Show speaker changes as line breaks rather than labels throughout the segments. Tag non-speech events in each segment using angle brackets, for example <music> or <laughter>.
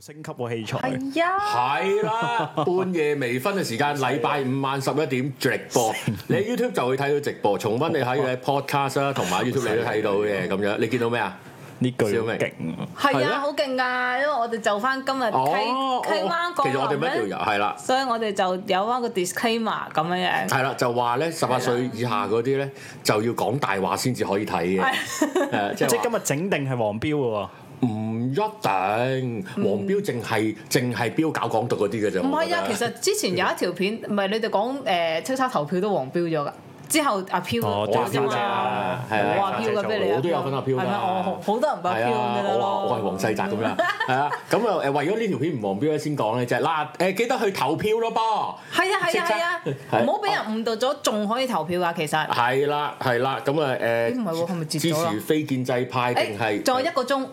升級個器材。
係啊，
係 <laughs> 啦，半夜微醺嘅時間，禮拜五晚十一點直播，你喺 YouTube 就會睇到直播，重温你喺嘅 podcast 啦，同埋 YouTube 你都睇到嘅咁樣。你見到咩啊？
呢句
小
好
明
勁啊！
係
係咩
啊，好勁㗎！因為我哋就翻今日契
哦，
契媽
其實我哋
講臨
乜條
咧，
友係啦。
所以我哋就有翻個 disclaimer 咁樣樣。
係啦，就話咧十
啊
八歲以下嗰啲咧就要講大話先至可以睇嘅， <laughs> 誒即
即係
係
今日整定係黃標嘅
今唔一定，黃標淨係淨係標搞港獨嗰啲嘅啫。
唔係啊，
我覺
其
得
實之前有一條片，唔係你哋講誒清沙投票都黃標咗㗎，之後阿飄
哦
我有
咗
份
啫
㗎，係
嘛。
啊
我話飄嘅俾你啊，
我都有份阿飄㗎
係咪？我好多人話
係
飄
啊
咁，得
我話
咯。嗯
我係黃世澤咁樣，係啊，咁啊誒為咗呢條片唔黃標咧，先講咧就係嗱誒記得去投票咯噃。
係啊係啊
即
係
刻
啊，唔好俾人誤導咗，仲可以投票㗎其實。
係啦，係啦，咁啊誒，
咦唔係喎係咪截
啊支
咗啦
持非建制派定係啊
誒，仲有一個鐘，
喎，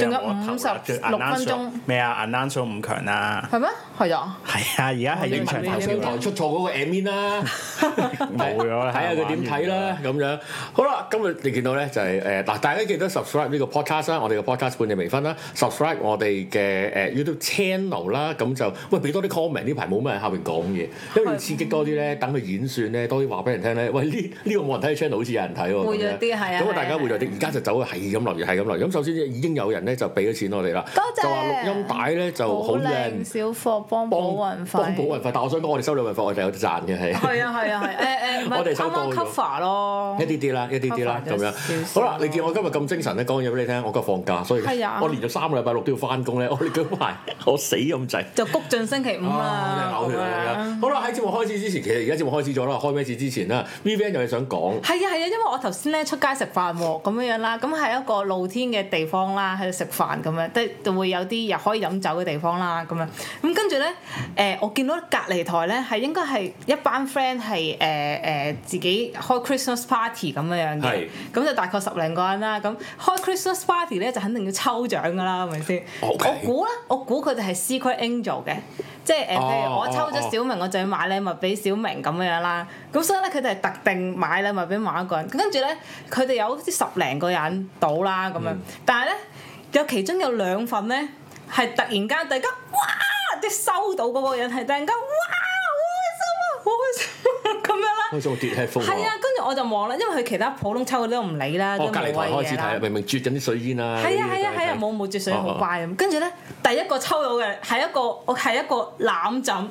仲有五十六分鐘，
咩啊 a n n o u n c e 五強啊！
係咩？係啊。
係啊，而家係現場投
投票
票
台出錯嗰個 admin 啦，冇
咗啦
啊睇下佢點睇啦咁樣。好啦，今日你見到咧就係誒嗱，大家記得 subscribe 呢個 podcast 啦，我哋嘅 podcast 半夜微分啦，subscribe 我哋嘅誒 YouTube channel 啦，咁就喂俾多啲 comment，呢排冇乜人喺下邊講嘢，因為要刺激多啲咧，等佢演算咧，多啲話俾人聽咧，喂呢呢個冇人睇嘅 channel 好似有人睇喎，
活
咁樣
躍啲係啊
咁
係
啊
啊
大家活躍啲，而家就走去係咁留言，係咁留言。咁首先已經有人咧就俾咗錢我哋啦，
多謝
就話錄音帶咧就好靚。
小貨幫
幫幫保運費，但我想講我哋收兩運費，我哋有得賺嘅係。
係啊係啊係，誒誒，唔
<laughs> 我哋
係
收
啱
多
啱
咗
cover 咯
一。啲啲啦，一啲啲啦，咁
cover 咗
樣
少
好
少
啦。你見我今日咁精神咧，講嘢俾你聽，我今日放假，所以
係啊
我連續三個禮拜六都要翻工咧， <laughs> 我哋嗰排我死咁滯。
就谷進星期五啦，
啊真係
咁
嘔血啊
樣
好啦，喺節目開始之前，其實而家節目開始咗啦，開咩節之前啦，Vivian 有嘢想講，
係啊係啊，因為我頭先咧出街食飯喎，咁樣樣啦，咁係一個露天嘅地方啦，喺度食飯咁樣，即係就會有啲又可以飲酒嘅地方啦，咁樣。咁跟住咧，誒、我見到隔離台咧係應該係一班 friend 係誒誒自己開 Christmas party 咁樣樣
係
嘅，咁就大概十零個人啦。咁開 Christmas party 咧就肯定要抽獎㗎啦，係咪先
OK
我估咧，我估佢哋係 secret angel 嘅，即係誒，譬
哦
如我抽
哦哦
咗小明，我就要買禮物俾小明咁樣啦。咁所以咧，佢哋係特定買禮物俾某一個人。咁跟住咧，佢哋有好似十零個人到啦咁
嗯
樣，但係咧有其中有兩份咧係突然間突然間哇！即係收到嗰個人係突然間哇！好開心啊，好開心啊咁樣啦。
開始我跌 headphone
係啊，跟住我就望啦，因為佢其他普通抽嗰啲我唔理啦，都
我哦隔
冇
離台開
謂
始
嘢
睇
啦
啦，。明明啜緊啲水煙啊，
係啊
呢啲
係啊
就
係
係
啊，
睇
冇冇絕水
哦哦
好乖咁。跟住咧，第一個抽到嘅係一個我係一個攬枕，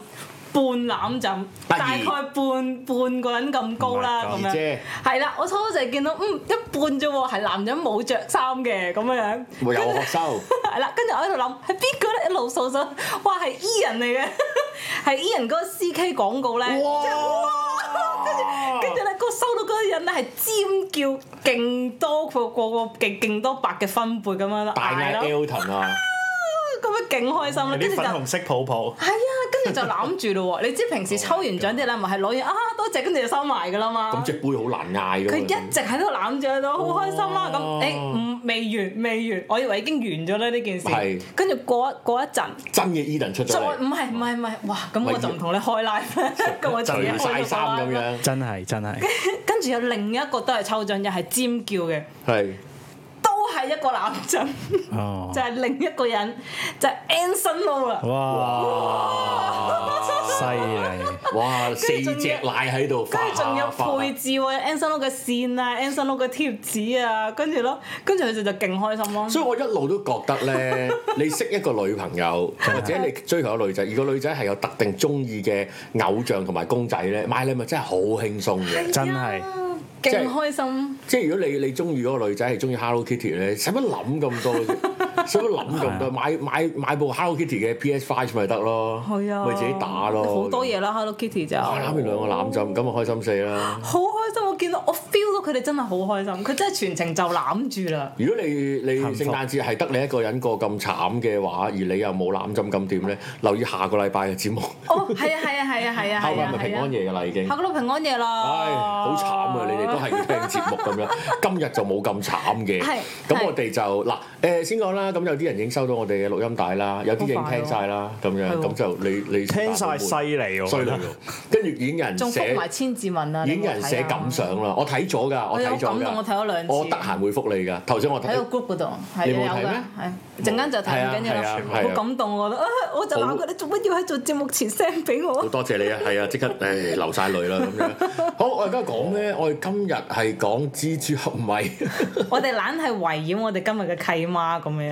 半攬枕，
得
大
意
概半半個人咁高啦
Oh
咁
my
樣
姐。
係啦，我初初就係見到嗯一半啫喎，係男人冇着衫嘅咁樣 <laughs> 樣。
會有學收。
係啦，跟住我喺度諗係邊個咧？一路掃掃，哇係 E 人嚟嘅， <laughs> 係 E 人嗰個 CK 廣告咧，即係哇！跟住跟住咧，嗰個收到嗰啲人咧係尖叫，勁多個個個勁勁多白嘅分貝咁樣啦，
大
嗌
嗌
啦
Elton 啊！
咁樣勁開心啦，
有
跟
啲
住就
粉紅。色泡泡，
係啊，跟住就攬住咯
<laughs>
喎！你知平時抽完獎啲禮物係攞完啊多謝，跟住就收埋噶啦嘛。
咁隻杯好難嗌㗎嘛。
佢一直喺度攬住喺度，好開心啦！咁
哦
誒唔未完未完，我以為已經完咗啦呢件
係
事。跟住過一過一陣，
真嘅 Eden 出咗
再
嚟
唔，係唔係唔係，哇！咁我就唔同你開 live，咁 <laughs> 我自己
除晒
開
衫咁。樣，
真係真係。
跟住有另一個都係抽獎，又係尖叫嘅，
係
都係一個攬枕，
哦
<laughs> 就，係另一個人，就係 Anson Lo 啊啦。
哇！犀利，
哇四
跟住仲
隻奶喺度，
跟住仲有配置喎，Anson Lo 嘅線啊，Anson Lo 嘅貼紙啊，跟住咯，跟住佢哋就勁開心咯。
所以我一路都覺得咧，
<laughs>
你識一個女朋友，或者你追求個女仔，而個女仔係有特定中意嘅偶像同埋公仔咧，買禮物真係好輕鬆嘅。
真係
即係啊
勁開心。
即係如果你你中意嗰個女仔係中意 Hello Kitty 咧，使乜諗
<laughs>
咁多啫？使乜諗咁
啊
多？買買買部 Hello Kitty 嘅 PS Five 咪得咯，
係啊，
咪自己打咯。
好多嘢啦，Hello Kitty 就
哇，攬
好
住兩個攬枕，咁啊開心死啦！
開心，我見到我 feel 到佢哋真係好開心，佢真係全程就攬住啦。
如果你你
幸福
聖誕節係得你一個人過咁慘嘅話，而你又冇攬枕咁點咧？留意下個禮拜嘅節目，
哦，係啊，係啊，係啊，係啊，
後
係
晚
啊，
咪平安
係啊，
夜㗎啦已經。
下個禮拜平安夜啦。
唉，好慘啊！你哋都係要聽節目咁樣，今日就冇咁慘嘅
係。
咁
係
我哋就嗱誒先講啦，啦，咁有啲人已經收到我哋嘅錄音帶啦，有啲已經
好快喎
聽晒啦，咁樣
係喎
咁就你你
聽晒犀利喎，
衰啦，跟住已經有人
仲覆埋
寫
千字文啊！
已
你有
經
冇
有人
睇啊
寫感想啦，我睇咗㗎，我
我有
睇咗
感動，我
㗎，
睇咗兩次。
我得閒會覆你㗎。頭先我睇
喺個 group 嗰度，係
你
有
冇睇
㗎
咩，
係陣間就
係啊
睇，跟住
係啊
我
係啊
好感動，我覺得啊，我就
好
鬧佢你做乜要喺做節目前 send 俾我
好？多謝
<laughs>
你啊，係啊，即刻誒流晒淚啦咁樣。好，我而家講咧，我哋今日係講蜘蛛俠
<laughs>
米。
我哋懶係圍繞我哋今日嘅契媽咁樣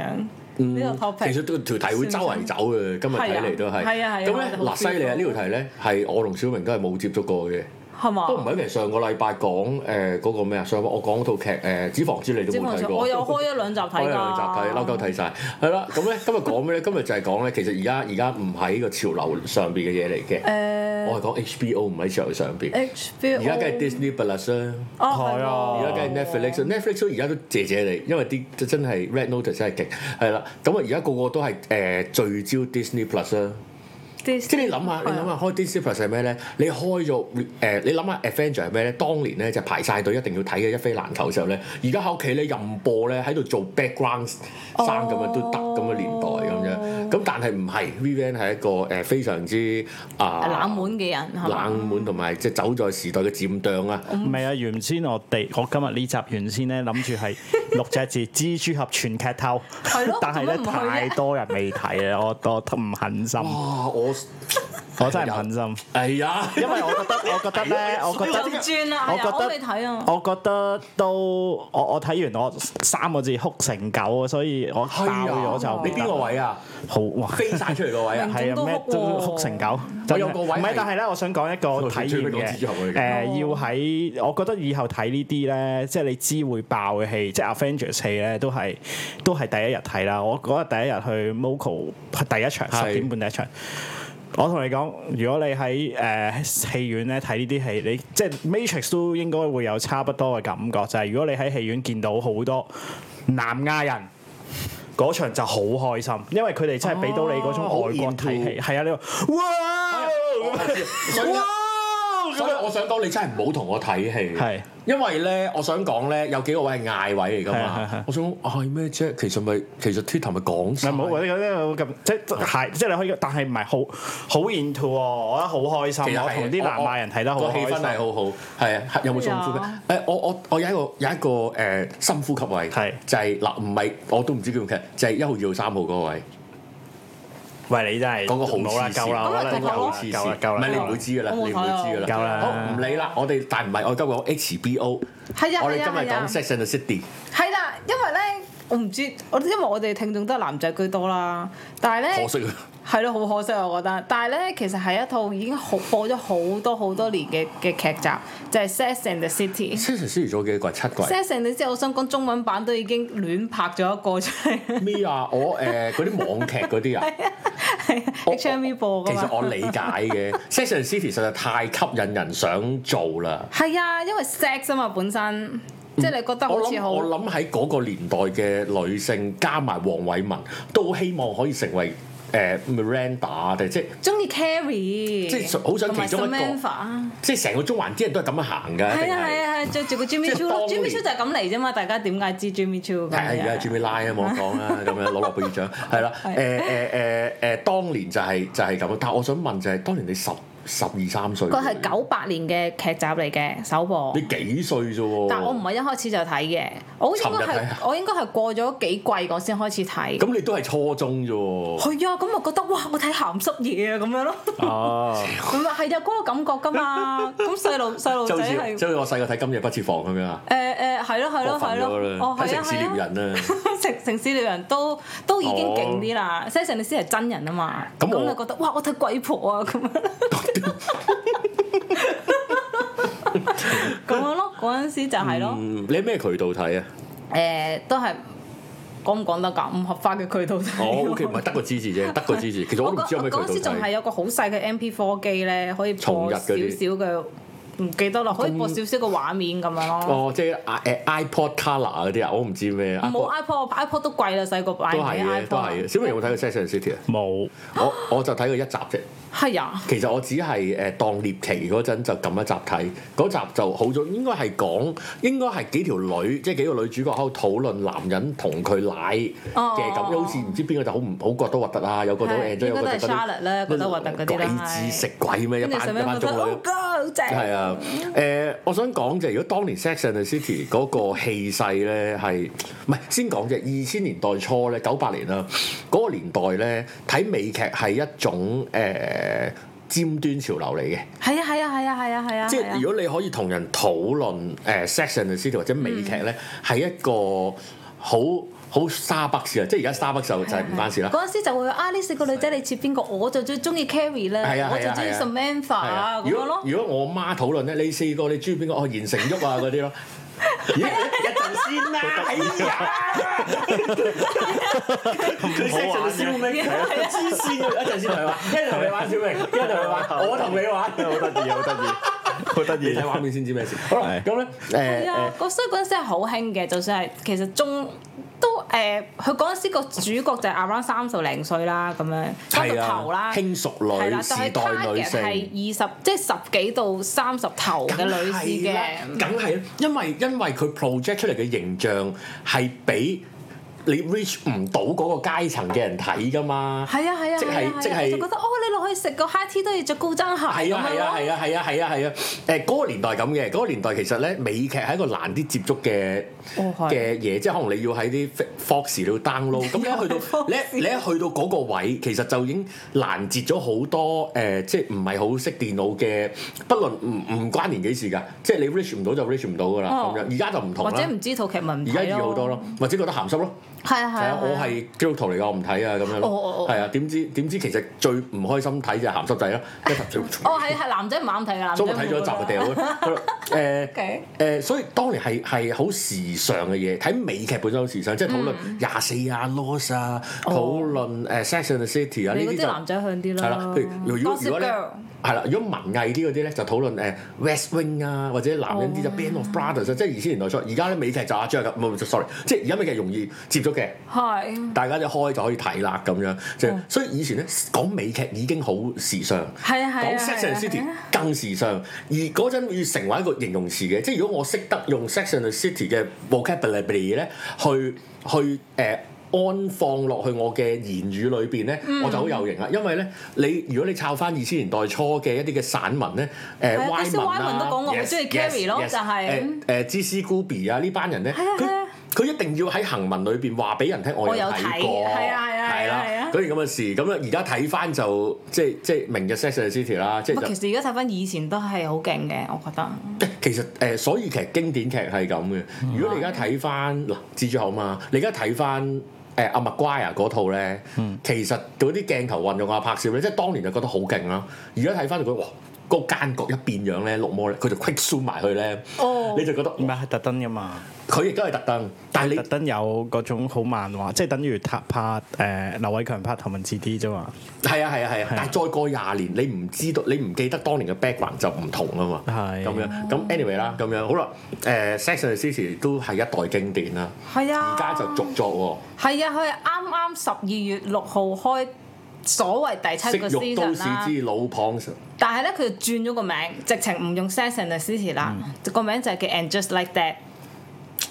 呢個 topic。
嗯其實都條題會周圍走嘅，今日睇嚟都係。
係啊係啊
咁咧
我哋好
嗱，犀利啊！呢條題咧係我同小明都係冇接觸過嘅，
係嘛？
都唔係其實上個禮拜講誒嗰個咩啊？上我講嗰套劇誒《脂肪之你》
只
都冇睇過。
我有開一兩集睇㗎。
開兩集睇，嬲鳩睇晒。係啦，咁咧今日講咩咧？今日就係講咧，其實而家而家唔喺個潮流上邊嘅嘢嚟嘅。
誒
我係講 HBO 唔喺潮流上邊，
HBO
而家梗係 Disney Plus 啦。
哦
係啊
喎
而家梗係
哦
Netflix，Netflix 都而家都謝謝你，因為
嗯
啲真係 Red Notice 真係勁，係啦。咁啊，而家個個都係誒、聚焦 Disney Plus 啦。
Disney 啊
即係你諗下，你諗下開 Disney Plus 係咩咧？你開咗誒、你諗下 Avenger 係咩咧？當年咧就排晒隊一定要睇嘅一飛難求嘅時候咧，而家喺屋企咧任播咧喺度做 background 生咁樣都得咁嘅年
哦
代咁樣。咁但係唔係 Vivian 係一個誒、非常之啊、
冷門嘅人係嘛？
冷門同埋即係走在時代嘅漸漲啊！
嗯
唔係啊，原先我哋我今日呢集原先咧諗住
<laughs>
係六隻字蜘蛛俠全劇透
係咯，
但係咧
做乜唔去啫
太多人未睇啊，我我唔狠
哦
心，
哇！我
我真係唔狠
啊
心，
哎呀，
因為我覺得我覺得
<laughs>
咧，我覺
有
得。
轉啊！
我
係啊我
覺
未
得
睇啊。
我覺得都我我睇完我三個字哭成狗啊，所以我爆
係啊
咗就唔得
你邊個位啊？
好哇！
飛晒出嚟個
<laughs>
位啊！
係啊，咩都哭成狗。
我有個位
唔係
係，
但係咧，我想講一個體驗
我最中意講蜘蛛俠
嘅。誒
嚟嘅，
要喺我覺得以後睇呢啲咧，即係你知會爆嘅戲，即係 Avengers 戲咧，都係都係第一日睇啦。我嗰日第一日去 Moco 第一場
係
十點半第一場。我同你講，如果你喺誒、戲院咧睇呢啲戲，你即係 Matrix 都應該會有差不多嘅感覺，就係、如果你喺戲院見到好多南亞人。嗰場就好開心，因為佢哋真係俾到你嗰種
哦
外國睇戲，係啊，你話哇
所以
哇
所
咁
以
樣，
我想講，你真係唔好同我睇戲。
係
因為咧，我想講咧，有幾個位係嗌位嚟噶
係係係
嘛。我想講嗌咩啫？其實咪其實 Twitter 咪講
唔
晒
係冇嗰啲嗰啲咁，即係係即係你可以，但係唔係好好 into 喎，我覺得好開
其
心，
實
我
係
同啲南亞人睇得好
個氣
開
氛係
心。
好好，係啊，有冇深呼吸
係啊？
誒，我我我有一個有一個誒深呼吸位，
係
就係嗱，唔係我都唔知叫唔叫，就係一號、二號、三號嗰個位。
喂，你真係
講個好
冇啦，
黐線
夠啦，
咁
我
咪
覺得
同
夠
我
啦，
黐
夠啦夠
線，，唔
啦
係你唔會知噶啦，
我冇
你唔會
睇
知噶啦。
啊夠啦
好唔理啦，我哋但唔係我今日講 HBO，
係啊
我哋今
係
日
啊
講 Sex and the City。
係啦，因為咧，我唔知，我因為我哋聽眾都係男仔居多啦，但係
可
咧
惜啊！
係咯，好可惜啊我覺得。但係咧，其實係一套已經好播咗好多好多年嘅嘅劇集，就係、Sex and the City》。
Sex and the City 做咗幾多季？七季。
Sex and the City，我想講中文版都已經亂拍咗一個出嚟，
咩啊？我誒嗰啲網劇嗰啲啊，
<laughs> 係啊
我
HMV 播
其
㗎
實
嘛。
我理
<laughs>
解嘅。Sex and the City 實在太吸引人想做啦。
係啊，因為 sex 啊嘛本身，即係你覺得啊
我
好似
諗
好
我諗喺嗰個年代嘅女性加埋黃偉文，都希望可以成為誒 Miranda 啊定即係
中意 Carrie，
即係好想其中一個
同埋 Samantha
即係成個中環啲人都係咁樣行㗎，一
係
定
啊係
係。
啊係，着住個 Jimmy
即係
Choo 咯
當年
，Jimmy Choo 就係咁嚟啫嘛，大家點解知 Jimmy Choo 咁
係啊，而家係
樣？
Jimmy Line 啊，冇得講啦，
<laughs>
咁樣攞諾貝爾獎係啦。誒
係
誒誒誒，當年就係就係咁。啊但係我想問就係，當年你十十二三歲，
佢係九八年嘅劇集嚟嘅首播
你，幾歲啫喎？
但我唔係一開始就睇嘅，我應該
尋日
係
睇啊
我應該係過咗幾季我先開始睇。
咁你都係初中啫喎。
係啊，咁我覺得哇，我睇鹹濕嘢啊咁
<laughs>
樣咯，
哦，
咁啊係啊，嗰個感覺㗎嘛，咁細
<laughs>
路細路
即
仔
係好似即
係
係我細個睇《今夜不設防》咁樣啊，
誒誒係咯係
過
咯係
分咗
咯，
啦，睇《城市獵
啊。 <laughs>
人》啊。
城城市獵人都都已經勁啲啦，西城你先係真人啊嘛，
哦咁
咁
我
你覺得哇我睇鬼婆啊咁樣，
<laughs>
咁樣咯，嗰陣時就係咯，誒、
嗯，你喺咩渠道睇啊？
都係講唔講得㗎？唔合法嘅渠道睇。
哦，OK，唔係得個知字
<laughs>
啫，得個知字。其實我都唔知
嗰
有咩渠
嗰陣時
道
仲係
睇。
有個好細嘅 MP4 機咧，可以
重
播
日
少
嗰
少
啲
嘅，唔記得啦，可以播少少嘅畫面咁樣咯。
哦，即係誒 iPod Color 嗰啲啊，我唔知咩。
冇
iPod
iPod，iPod 都貴啦，細個買
都
唔
係
起
嘅，都
iPod
係哎嘅。。小明有冇睇過《Sex and the City》啊？
冇
我我就睇過一集啫，
係啊，
其實我只係誒當獵奇嗰陣就撳一集睇，嗰集就好咗，應該係講應該係幾條女，即係幾個女主角喺度討論男人同佢奶
哦
嘅咁，好似唔知邊個就好唔好覺得核突啊，有個就
係
enjoy，有
應該
個
都係
就覺得
Charlotte 啦，覺得核突嗰啲
鬼
啦，
知
係
食鬼咩一
跟住
班
上
一
面覺得
班中女
好。God 好正，
係啊，
嗯
誒、我想講就係如果當年 Sex and the City 嗰個氣勢咧係，唔係先講啫。二千年代初咧，九八年啦，嗰、個年代咧睇美劇係一種誒、尖端潮流嚟嘅。
係啊係啊係啊係啊係啊，
即
係啊
係如果你可以同人討論誒、Sex and the City 或者美劇
嗯
咧，係、一個好好沙北市啊！即係而家沙北就就係唔關事啦。
嗰陣時就會啊呢四個女仔你似邊個？我就最中意 Carrie 啦
係啊，
我
係
就
啊
中意
係啊
Samantha
係
啊咁
如
樣
果
咯。
如果我媽討論咧，你四個你中意邊個？哦，言承旭啊
<laughs>
嗰啲咯。咦一陣先啦，係啊，
玩
佢 sex 到小明，黐線嘅，一陣先同你玩，一陣同你玩小明，一陣同你玩， <laughs> 我同你玩，
真係好得意，好得意，好得
你睇
意。
畫面先知咩事。好啦，
係
咁咧
係啊，嗰所以嗰陣時係好興嘅，就算係其實中都誒，佢嗰陣時個主角就係 around 三十零歲啦，咁樣三
誒
十
係啊
頭啦，，
輕熟
係啦，
女
就
時
係
代女
target 係
性。
二十即係十幾到三十頭嘅女士
梗係啦
嘅。
梗係啦，因為因為佢 project 出嚟嘅形象係俾你 reach 唔到嗰個階層嘅人睇噶嘛。
係啊係啊，
即係
係啊係啊
即係
我就覺得哦，你落去食個 high tea 都要着高踭鞋
係
咁
啊
樣
係
咯。
啊係啊係啊係啊係啊！誒嗰個年代咁嘅，嗰個年代其實咧美劇係一個難啲接觸嘅
哦係
嘅嘢，即係可能你要喺啲 Fox 你要
<laughs>
download，咁你一去到
Fox
你一你一去到嗰個位，其實就已經攔截咗好多誒，即係唔係好識電腦嘅，不論唔唔關年紀事㗎，即係你 reach 唔到就 reach 唔到㗎啦
哦
咁樣。而家就唔同
或者
啦，
唔知套劇咪唔
而家易好多咯，，或者覺得鹹濕咯。
係啊係
係啊
啊，，
我係基督徒嚟㗎，我唔睇啊咁樣
哦哦
咯。
哦
係啊，點知點知其實最唔開心睇就係鹹濕仔咯，一集就
<laughs> 哦係係男仔唔啱睇嘅，男仔
所以我睇咗一集呃就掉啦。誒
OK
誒，所以當年係係好時尚嘅嘢，睇美劇本身好時尚，即係
嗯
討論廿四啊、Lost 啊，討論誒 Sex and the City 啊呢
你嗰
啲
哦啲男
就
仔向啲啦，
係啦。譬如如果如果咧
Gossip Girl
係啦，如果文藝啲嗰啲咧就討論誒 West Wing 啊，或者男人
哦
啲就 Band of Brothers 啊，即係二千年代初。而家咧美劇就阿張咁，唔係 sorry，即係而家美劇容易接觸嘅。
係
大家一開就可以睇啦咁樣，即係
嗯
所以以前咧講美劇已經好時尚，
係啊係啊
講 Sex
係
and
啊
the City
係啊
更時尚，而嗰陣要成為一個形容詞嘅，即係如果我識得用 Sex and the City 嘅 vocabulary 咧，去去誒。呃安放落去我嘅言語裏邊咧，
嗯
我就好有型啦。因為咧，你如果你抄翻二千年代初嘅一啲嘅散文咧，誒
係啊
歪
嗰時
文
歪文都
啊
講過佢
yes，
中意
yes，
Carrie 咯
yes，呃
就係
誒誒芝斯 Gooby 啊呢班人咧，
係啊
佢
係啊
佢一定要喺行文裏邊話俾人聽，我
我有
有
睇
睇過，
係啊係啊係啊係
啦
啊，
嗰啲咁嘅事。咁啊，而家睇翻就即係即係明日 Sex and the City 啦，即係
咁其實
就
而家睇翻以前都係好勁嘅，我覺得
其實誒，所以其實經典劇係咁嘅。如果你而家睇翻嗱蜘蛛俠嘛，你而家睇翻。誒阿麥乖啊嗰套咧，其實嗰啲鏡頭運用啊拍攝咧，即係當年就覺得好勁啦。而家睇翻就覺得哇，個奸角一變樣咧，綠魔咧，佢就 quick zoom 埋去咧，
哦
你就覺得
唔
哇
係係特登噶嘛，
佢亦都係特登，但係你
特登有嗰種好漫畫，即係等於拍拍誒劉偉強拍《頭文字 D》啫嘛，
係啊係啊係啊，
係啊
但係再過廿年，你唔知道，你唔記得當年嘅 background 就唔同啊嘛。
係
咁樣，咁 anyway 啦，咁樣好啦。誒、s e x and the City 都係一代經典啦，
係啊，
而家就續作
係啊，佢係啱啱十二月六號開所謂第
喎，
七個
《色欲都
season
市
啦。
之老蚌》
但係咧，佢就轉咗個名，直情唔用 Sex and the City 啦，
嗯
個名就係叫 And Just Like That，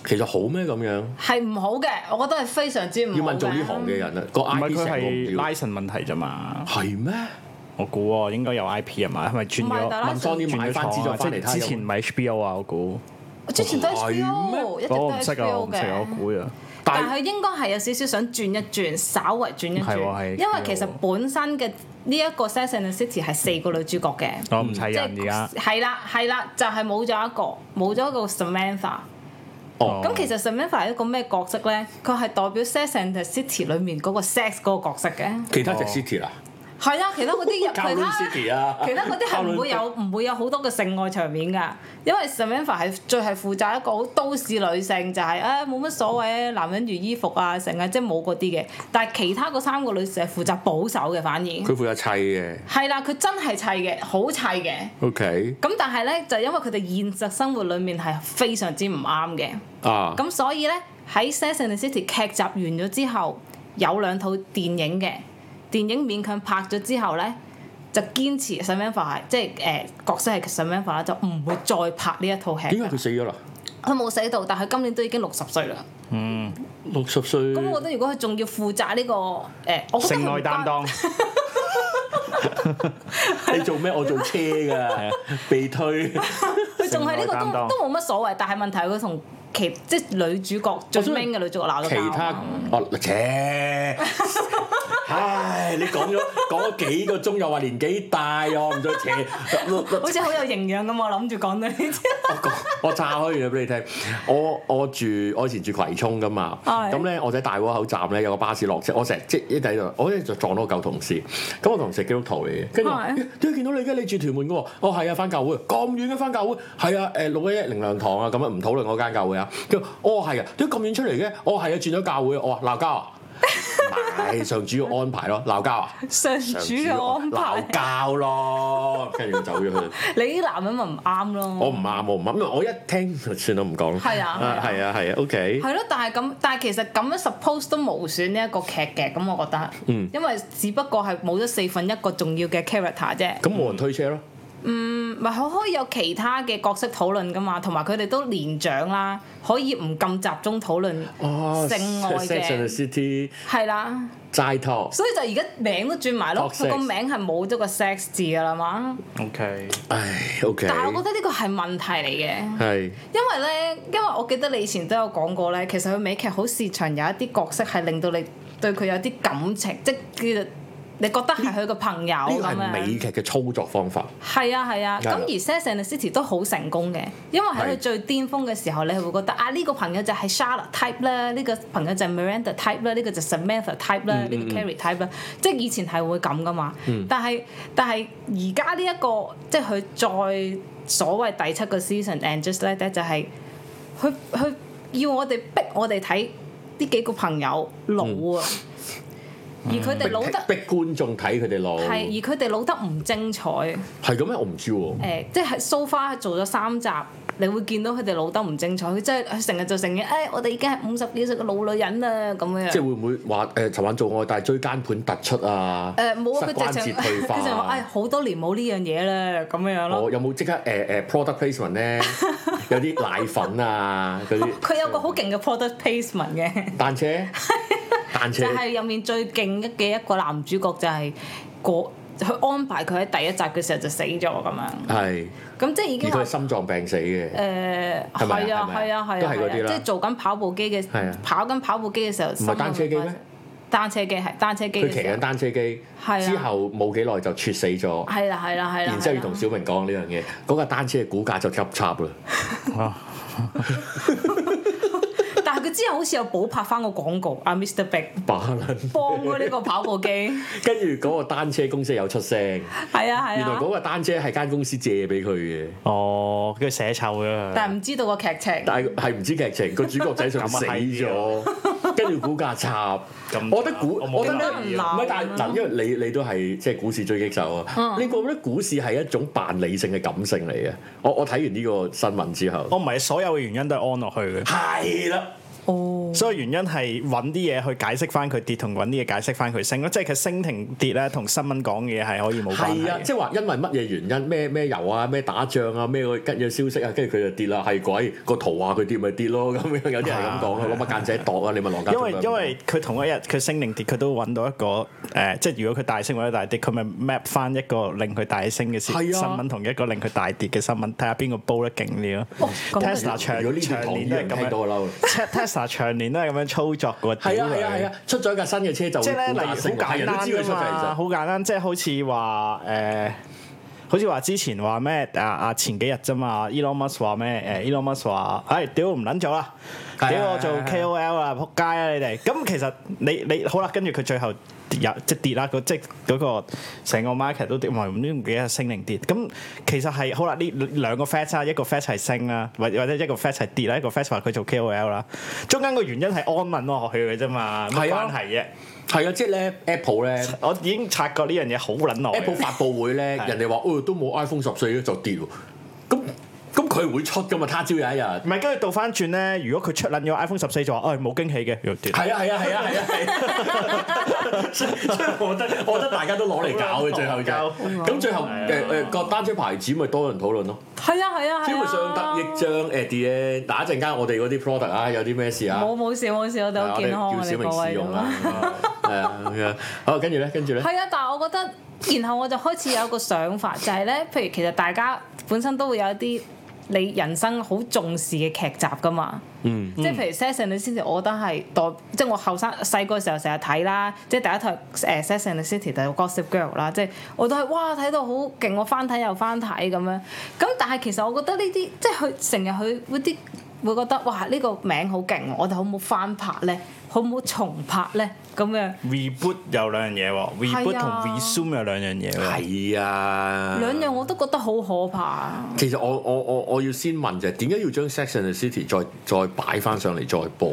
其實好咩咁樣？
係唔好嘅，我覺得係非常之唔好
要問做呢行嘅人啦，個
唔係
IP
佢
成
係
個唔要
license 問題啫嘛，
係咩？
我估喎應該有 IP 啊嘛，係咪轉
唔係
咗
大佬
問當年
轉
買
咗
翻
廠
資助
啊？即
翻嚟
係
睇下
之
有冇
前唔係 HBO 啊，我估
我之前都
哦係咩
HBO，一直都
我唔識啊，我
HBO
唔識啊，我
嘅。
估啊。
但係佢應該係有少少想轉一轉，稍為轉一轉，
係喎係
因為其實本身嘅呢一個 Sex and the City 係四個女主角嘅，
我哦唔齊人
即
而家，
係啦係啦，就係冇咗一個冇咗一個 Samantha。
哦
咁其實 Samantha 係一個咩角色咧？佢係代表 Sex and the City 裡面嗰個 sex 嗰個角色嘅。
其他隻
哦
City 啦
係啊，其他嗰
<laughs>
啲入
Kowloon
其他
City 啊
其他嗰啲係
<laughs>
唔會有唔會有好多嘅性愛場面㗎，因為 Samantha 係最係負責一個好都市女性，就係啊冇乜所謂，男人如衣服啊，成日即係冇嗰啲嘅。但係其他嗰三個女士係負責保守嘅，反而
佢負責砌嘅
係啦，佢真係砌嘅，好砌嘅。
，OK
咁但係咧，就因為佢哋現實生活裡面係非常之唔啱嘅。
啊，
咁所以咧喺《Sex and the City》劇集完咗之後，有兩套電影嘅電影勉強拍咗之後咧，就堅持 Samantha 係即係誒角色係 Samantha 啦，就唔會再拍呢一套戲
點解佢
㗎。
死咗啦？
佢冇死到，但佢今年都已經六十歲啦。
六十歲，
咁我覺得如果佢仲要負責呢、個誒、我覺得佢唔
性愛擔
關
<laughs>
當，
你做咩？我做車㗎，被推。
佢仲係呢個
承諾擔當
都都冇乜所謂，但係問題佢同其即係女主角最
我想
man 嘅女主角鬧咗
其
交啊
他
嘛。
哦，切！ <laughs> 唉，你講咗講咗幾個鐘，又話年紀大，又話唔再扯。
好似好有營養咁，我諗住講到呢啲。
我講我岔開嘢俾你聽。我我住我以前住葵涌噶嘛，
係
咁咧我喺大窩口站咧有個巴士落車，我成日即一睇到，我咧就撞到個舊同事。咁我同事係基督徒嚟嘅，跟住話
係
咦點解見到你嘅？你住屯門嘅喎？我係啊，翻教會咁遠嘅翻教會，係啊誒六一一靈糧堂啊，咁啊唔討論嗰間教會啊。跟住我係啊，點解咁遠出嚟嘅？我係啊轉咗教會，我話鬧交
<laughs>
啊！唔係上主要安排咯，鬧交啊！
<laughs> 上 <laughs> 主嘅安排
鬧，交咯，跟住佢走咗去。
你啲男人咪唔啱
我
咯。
唔啱，我唔啱，因為我一聽就算啦，唔講啦。
係啊
係啊，係啊，OK。
係咯，但係咁，但係其實咁樣 suppose 都無損呢一個劇嘅，咁我覺得，
嗯
因為只不過係冇咗四分一個重要嘅 character 啫，
咁冇人推車咯，
唔係可可以有其他嘅角色討論噶嘛，同埋佢哋都年長啦，可以唔咁集中討論性愛
Sex and the
嘅，
City
係啦。
齋拖，
所以就而家名都轉埋咯，
Toxic
佢個名係冇咗個 sex 字㗎啦嘛。
OK，
哦唉，OK。
但係我覺得呢個係問題嚟嘅，
係
因為咧，因為我記得你以前都有講過咧，其實佢美劇好擅長有一啲角色係令到你對佢有啲感情，即係叫做你覺得係佢個朋友
呢個
咁
係美
樣。
劇嘅操作方法，
係啊係啊，
係
咁
啊
而 Sex and the City 都好成功嘅，因為喺
係
佢最巔峰嘅時候，你係會覺得啊呢、個朋友就係 Charlotte type 啦，呢、個朋友就係 Miranda type 啦，呢、個就 Samantha type 啦，
嗯
呢、個 Carrie type 啦，即係以前係會咁噶嘛。但係但係而家呢一個即係佢再所謂第七個 season and just like that 就係佢佢要我哋逼我哋睇呢幾個朋友老啊，而佢哋老得
嗯逼逼觀眾睇佢哋老，
係而
係
佢哋老得唔精彩。
咁咩？我唔知喎
誒、。呃即係 so far 做咗三集，你會見到佢哋老得唔精彩，佢真係佢成日就承認，誒、哎我哋已經係五十幾歲嘅老女人啦咁樣。
即係會唔會話誒尋晚做愛，但係椎間盤突出啊？
誒冇啊！
膝
佢
關
直情
節退
<laughs> 佢就話：誒哎
化。
好多年冇呢樣嘢啦，咁樣咯。
我有冇即刻誒誒 product
<laughs>
placement 咧？有啲奶粉啊，嗰啲
佢有個好勁嘅 product placement 嘅，
單車，單
就
車。
係入面最勁嘅一個男主角就係嗰佢安排佢喺第一集嘅時候就死咗咁樣，
係，
咁即係已經
而佢係
話
心臟病死
誒
嘅，係咪
係
啊
啊
係咪啊
係啊係啊，
都係嗰啲
係啊
啦
即係做緊跑步機
係
嘅
啊
跑緊跑步機嘅時候，唔
係單車機咩？
單車機係單車機
佢
嘅
騎
時候
緊。單車機
係，啊
之後冇幾耐就猝死咗，
係啦係啦係啦，
然之後
係啦
要
啊
同小明講呢樣嘢，嗰架單車嘅股價就急插啦。
但係佢之後好似有補拍翻個廣告，阿 Mr. Big
把撚
幫咗呢個跑步
<laughs>
機，
跟住嗰個單車公司有出聲，原
係啊係
來
啊
嗰，個單車係間公司借俾佢嘅，
哦，跟住寫臭咗
但
佢，
係唔知道個劇情。
但係係唔知劇情，個主角仔上死咗，跟住股價插。
咁
我覺得股，
我冇
我覺得
咁
唔
鬧
係，但係
啊
嗱，因為你你都係即係股市追擊手啊。
嗯
你覺唔覺得股市係一種扮理性嘅感性嚟嘅？我我睇完呢個新聞之後，
我唔係所有嘅原因都係安落去
<laughs>
嘅。
係啦。
哦，
所以原因係揾啲嘢去解釋翻佢跌，同揾啲嘢解釋翻佢升咯。即係佢升停跌咧，同新聞講嘅嘢係可以冇關
係
係
啊，
嘅。
即係話因為乜嘢原因，咩咩油啊，咩打仗啊，咩嗰啲跟住消息啊，跟住佢就跌啦，係鬼個圖話佢跌咪跌咯，咁 <laughs> 樣有啲係咁講咯，攞乜間仔度啊，你咪浪價
因為因為佢同一日佢升定跌，佢都揾到一個誒、呃即係如果佢大升或者大跌，佢咪 map 翻一個令佢大升嘅新
係
新
啊
聞，同一個令佢大跌嘅新聞，睇下邊個煲得勁啲咯。
哦咁
Tesla 長
如果呢段
長
糖
年
衣
都係
人
咁
聽
樣
到我啊嬲啦。
，Tesla 長年都係咁樣操作嘅喎。
係
屌
啊
佢
係啊係啊！出咗一架新嘅車就
即係咧，
會
例如
股
好簡
價升係人都知佢
單
出
啫嘛，
嚟
好簡單，即係好似話誒。好似話之前話咩啊啊前幾日啫嘛，Elon Musk 話咩誒 Elon Musk 話，唉屌唔撚做啦，
係
屌我
係
做
係
KOL 啦，撲啊街啦你哋。咁其實你你好啦，跟住佢最後有即係跌啦，個即係嗰個成個 market 都跌，唔係唔知唔記得升定跌。咁其實係好啦，呢兩個 fact 啦，一個 fact 係升啦，或或者一個 fact 係跌啦，一個 fact 話佢做 KOL 啦。中間個原因係安穩落去嘅啫嘛，乜
係啊
關係啫？
就係啊，即係咧 Apple 咧。
我已經察覺呢樣嘢好撚耐。
<laughs> Apple 發佈會咧，
係
人哋話哦都冇 iPhone 十四咧就跌喎，咁咁佢佢會出噶嘛，他朝有一日。
唔係，跟住倒翻轉咧，如果佢出撚咗 iPhone 十四就話，誒冇驚喜嘅，又 <laughs> 跌
係啊係啊係啊係啊係啊！所以所以我覺得我覺得大家都攞嚟搞嘅最後就係咁最後誒誒個單車牌子咪多人討論咯，
係啊係啊，
只
係
會
啊
相得益彰 at the end。打一陣間我哋嗰啲 product 啊有啲咩事啊，
冇冇事冇事，我哋
係啊
好健康，
我
我
哋
哋各
叫小明試
位
用
咁
啦
啊。，
<laughs> 係啊咁樣好跟住咧跟住咧
係啊，但係我覺得，然後我就開始有一個想法，就係咧，譬如其實大家本身都會有一啲你人生好重視嘅劇集噶嘛。
嗯。
即係譬如《Sex and the City》，我覺得係代，即係我後生細個嘅時候成日睇啦，即係第一台誒《Sex and the City》就《Gossip Girl》啦，即係我都係哇睇到好勁，我翻睇又翻睇咁樣。咁但係其實我覺得呢啲即係佢成日佢嗰啲會覺得哇呢、個名好勁喎，我哋好唔好翻拍咧？好唔好重拍咧？咁樣
reboot 有兩樣嘢喎
係
，reboot 同
啊
resume 有兩樣嘢喎。
係啊，
兩樣我都覺得好可怕啊。
其實我我我我要先問就係點解要將 Sex and the City 再再擺翻上嚟再播？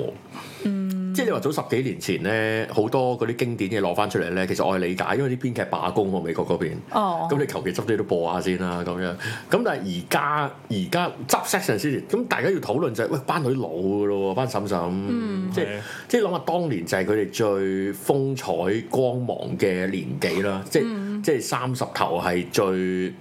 嗯
即係你話早十幾年前咧，好多嗰啲經典嘢攞翻出嚟咧，其實我係理解，因為啲編劇罷工喎美國嗰邊，咁、
哦
你求其執啲都播下先啦咁樣。咁但係而家而家執 Sex and the City，咁大家要討論就係、喂班女老噶咯喎，班嬸嬸，即係
係啊
即係諗下當年就係佢哋最風采光芒嘅年紀啦，即係、即係三十頭係最。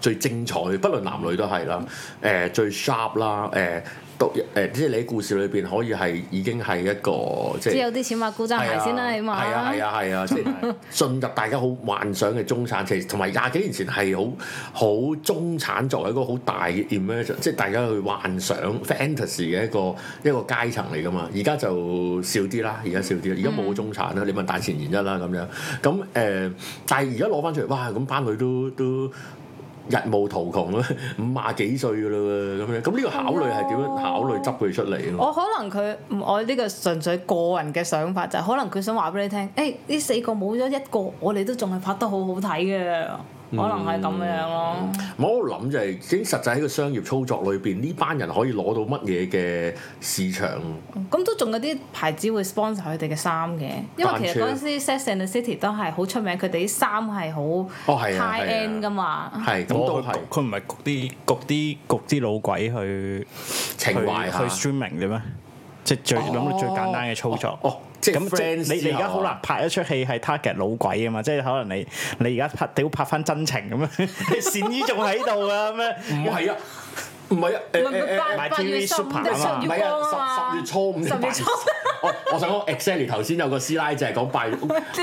最精彩，不論男女都係啦。誒、最 sharp 啦，誒、到誒、即係你喺故事裏邊可以係已經係一個
即
即
係
係
有啲錢買古裝鞋先啦，起碼。
係啊係啊係啊，即係進入大家好幻想嘅中產，其實同埋廿幾年前係好好中產作為一個好大嘅 immersion，即係大家去幻想 fantasy 嘅一個一個階層嚟㗎嘛。而家就少啲啦，而家少啲啦，而家冇中產啦。你問大前研一啦咁樣，咁誒、但係而家攞翻出嚟，哇！咁班女都都日暮途窮啦，五廿幾歲㗎啦喎，咁樣咁呢個考慮係點樣考慮執佢出嚟咯？
我可能佢，唔我呢個純粹個人嘅想法就係，可能佢想話俾你聽，誒、呢四個冇咗一個，我哋都仲係拍得好好睇嘅，可能係咁樣咯。
我喺度諗就係，究竟實際喺個商業操作裏邊，呢班人可以攞到乜嘢嘅市場？嗯
咁都仲有啲牌子會 sponsor 佢哋嘅衫嘅，因為其實嗰陣時 Sex and the City 都係好出名，佢哋啲衫係好
哦係啊
high
係啊
end 噶嘛。
係咁
我
都
佢
係
佢唔係焗啲焗啲焗啲老鬼去
情懷
去去
下。
streaming 嘅咩？即係最諗到最簡單嘅操作。
哦，即係
咁哦即係
Friends
你你而家好難拍一出戲係 target 老鬼啊嘛，即係可能你你而家拍屌拍翻真情咁樣， <laughs> 善姨仲喺度啊咁樣。
唔係啊，唔係啊，誒
唔係
誒誒
八
買
八月
TV
十五
Super
就
啊嘛
十
唔
月
係
光啊嘛，
啊，十十月初五
十月初。
我我想講 exactly 頭先有個師奶就係講拜，
<laughs>
唔
哦
係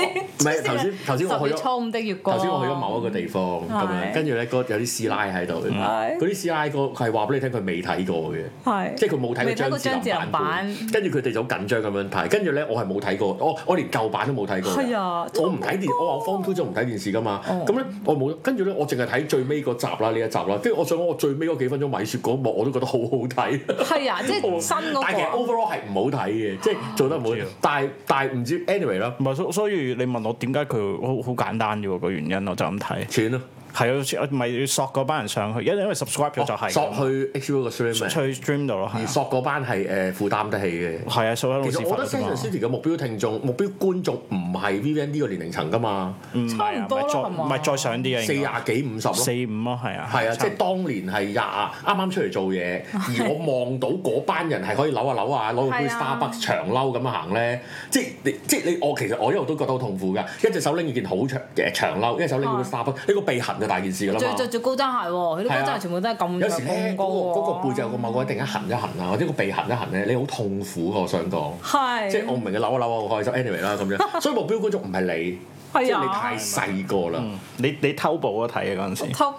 頭先頭先我
十
去
月
咗。
初五的月光。
頭先我去咗某一個地方咁樣，
係
跟住咧嗰有啲師奶喺度，
係
嗰啲師奶個佢係話俾你聽佢未睇過嘅。
係
即係佢冇睇過
未睇過
張智
張智
霖
霖
版
版
本，跟住佢哋就好緊張咁樣睇，跟住咧我係冇睇過，我我連舊版都冇睇過嘅。
係啊
我唔睇電，我話我 form two 就唔睇電視噶嘛。
哦
咁咧我冇，跟住咧我淨係睇最尾嗰集啦，呢一集啦。跟住我想講我最尾嗰幾分鐘米雪嗰幕我都覺得好好
<laughs>
睇。
係啊，即係
<laughs>
新嗰、
但係其實
個。啊
overall 係唔好睇嘅，即係做得唔好
唔知
睇
啊。
但係但係唔知 anyway 啦，
唔係，所所以你問我點解佢好好簡單啫喎個原因，我就咁睇。
錢咯，
係啊好似，唔係要索嗰班人上去，因因為 subscribe 咗就係
哦索去 HBO 個 streaming，
去 stream 度咯，係
而
啊
索嗰班係誒負擔得起嘅。
係啊，索喺
嗯其
老
實
師
我
發
覺得
啦
s
啫
e x o n
嘛
City 嘅目標聽眾、目標觀眾唔係 Vivian 呢個年齡層噶嘛，
唔係啊，
差唔多啦
咪再
係嘛
唔係再上啲啊，
四
應
廿
該
幾五十
四
咯。
五咯，係啊，
係啊，即
差
係
唔多
當年係廿啱啱出嚟做
<laughs>
嘢，而我望到嗰班人係可以扭下扭下，攞個杯
係啊
Starbucks 長褸咁樣行咧，即係你即係你我其實我一路都覺得好痛苦㗎，一隻手拎住件好長嘅長褸，一隻手拎
啊
住杯 Starbucks，呢個鼻痕就大件事㗎啦
着
啊嘛
着。住高踭鞋喎，佢啲
係啊
高踭鞋全部都係咁
有
長
時咧，
咁
嗰
高
個嗰個
喎。
背脊有個某個位突然間痕一痕啊，或者個鼻痕一痕咧，你好痛苦㗎我想講。
係啊
即係我唔明嘅扭一扭啊，好開心。anyway 啦咁
<laughs>
樣，所以目標觀眾唔係你，即
係
係
啊
你太細個啦。
嗯你你偷步咗睇啊嗰陣時，
偷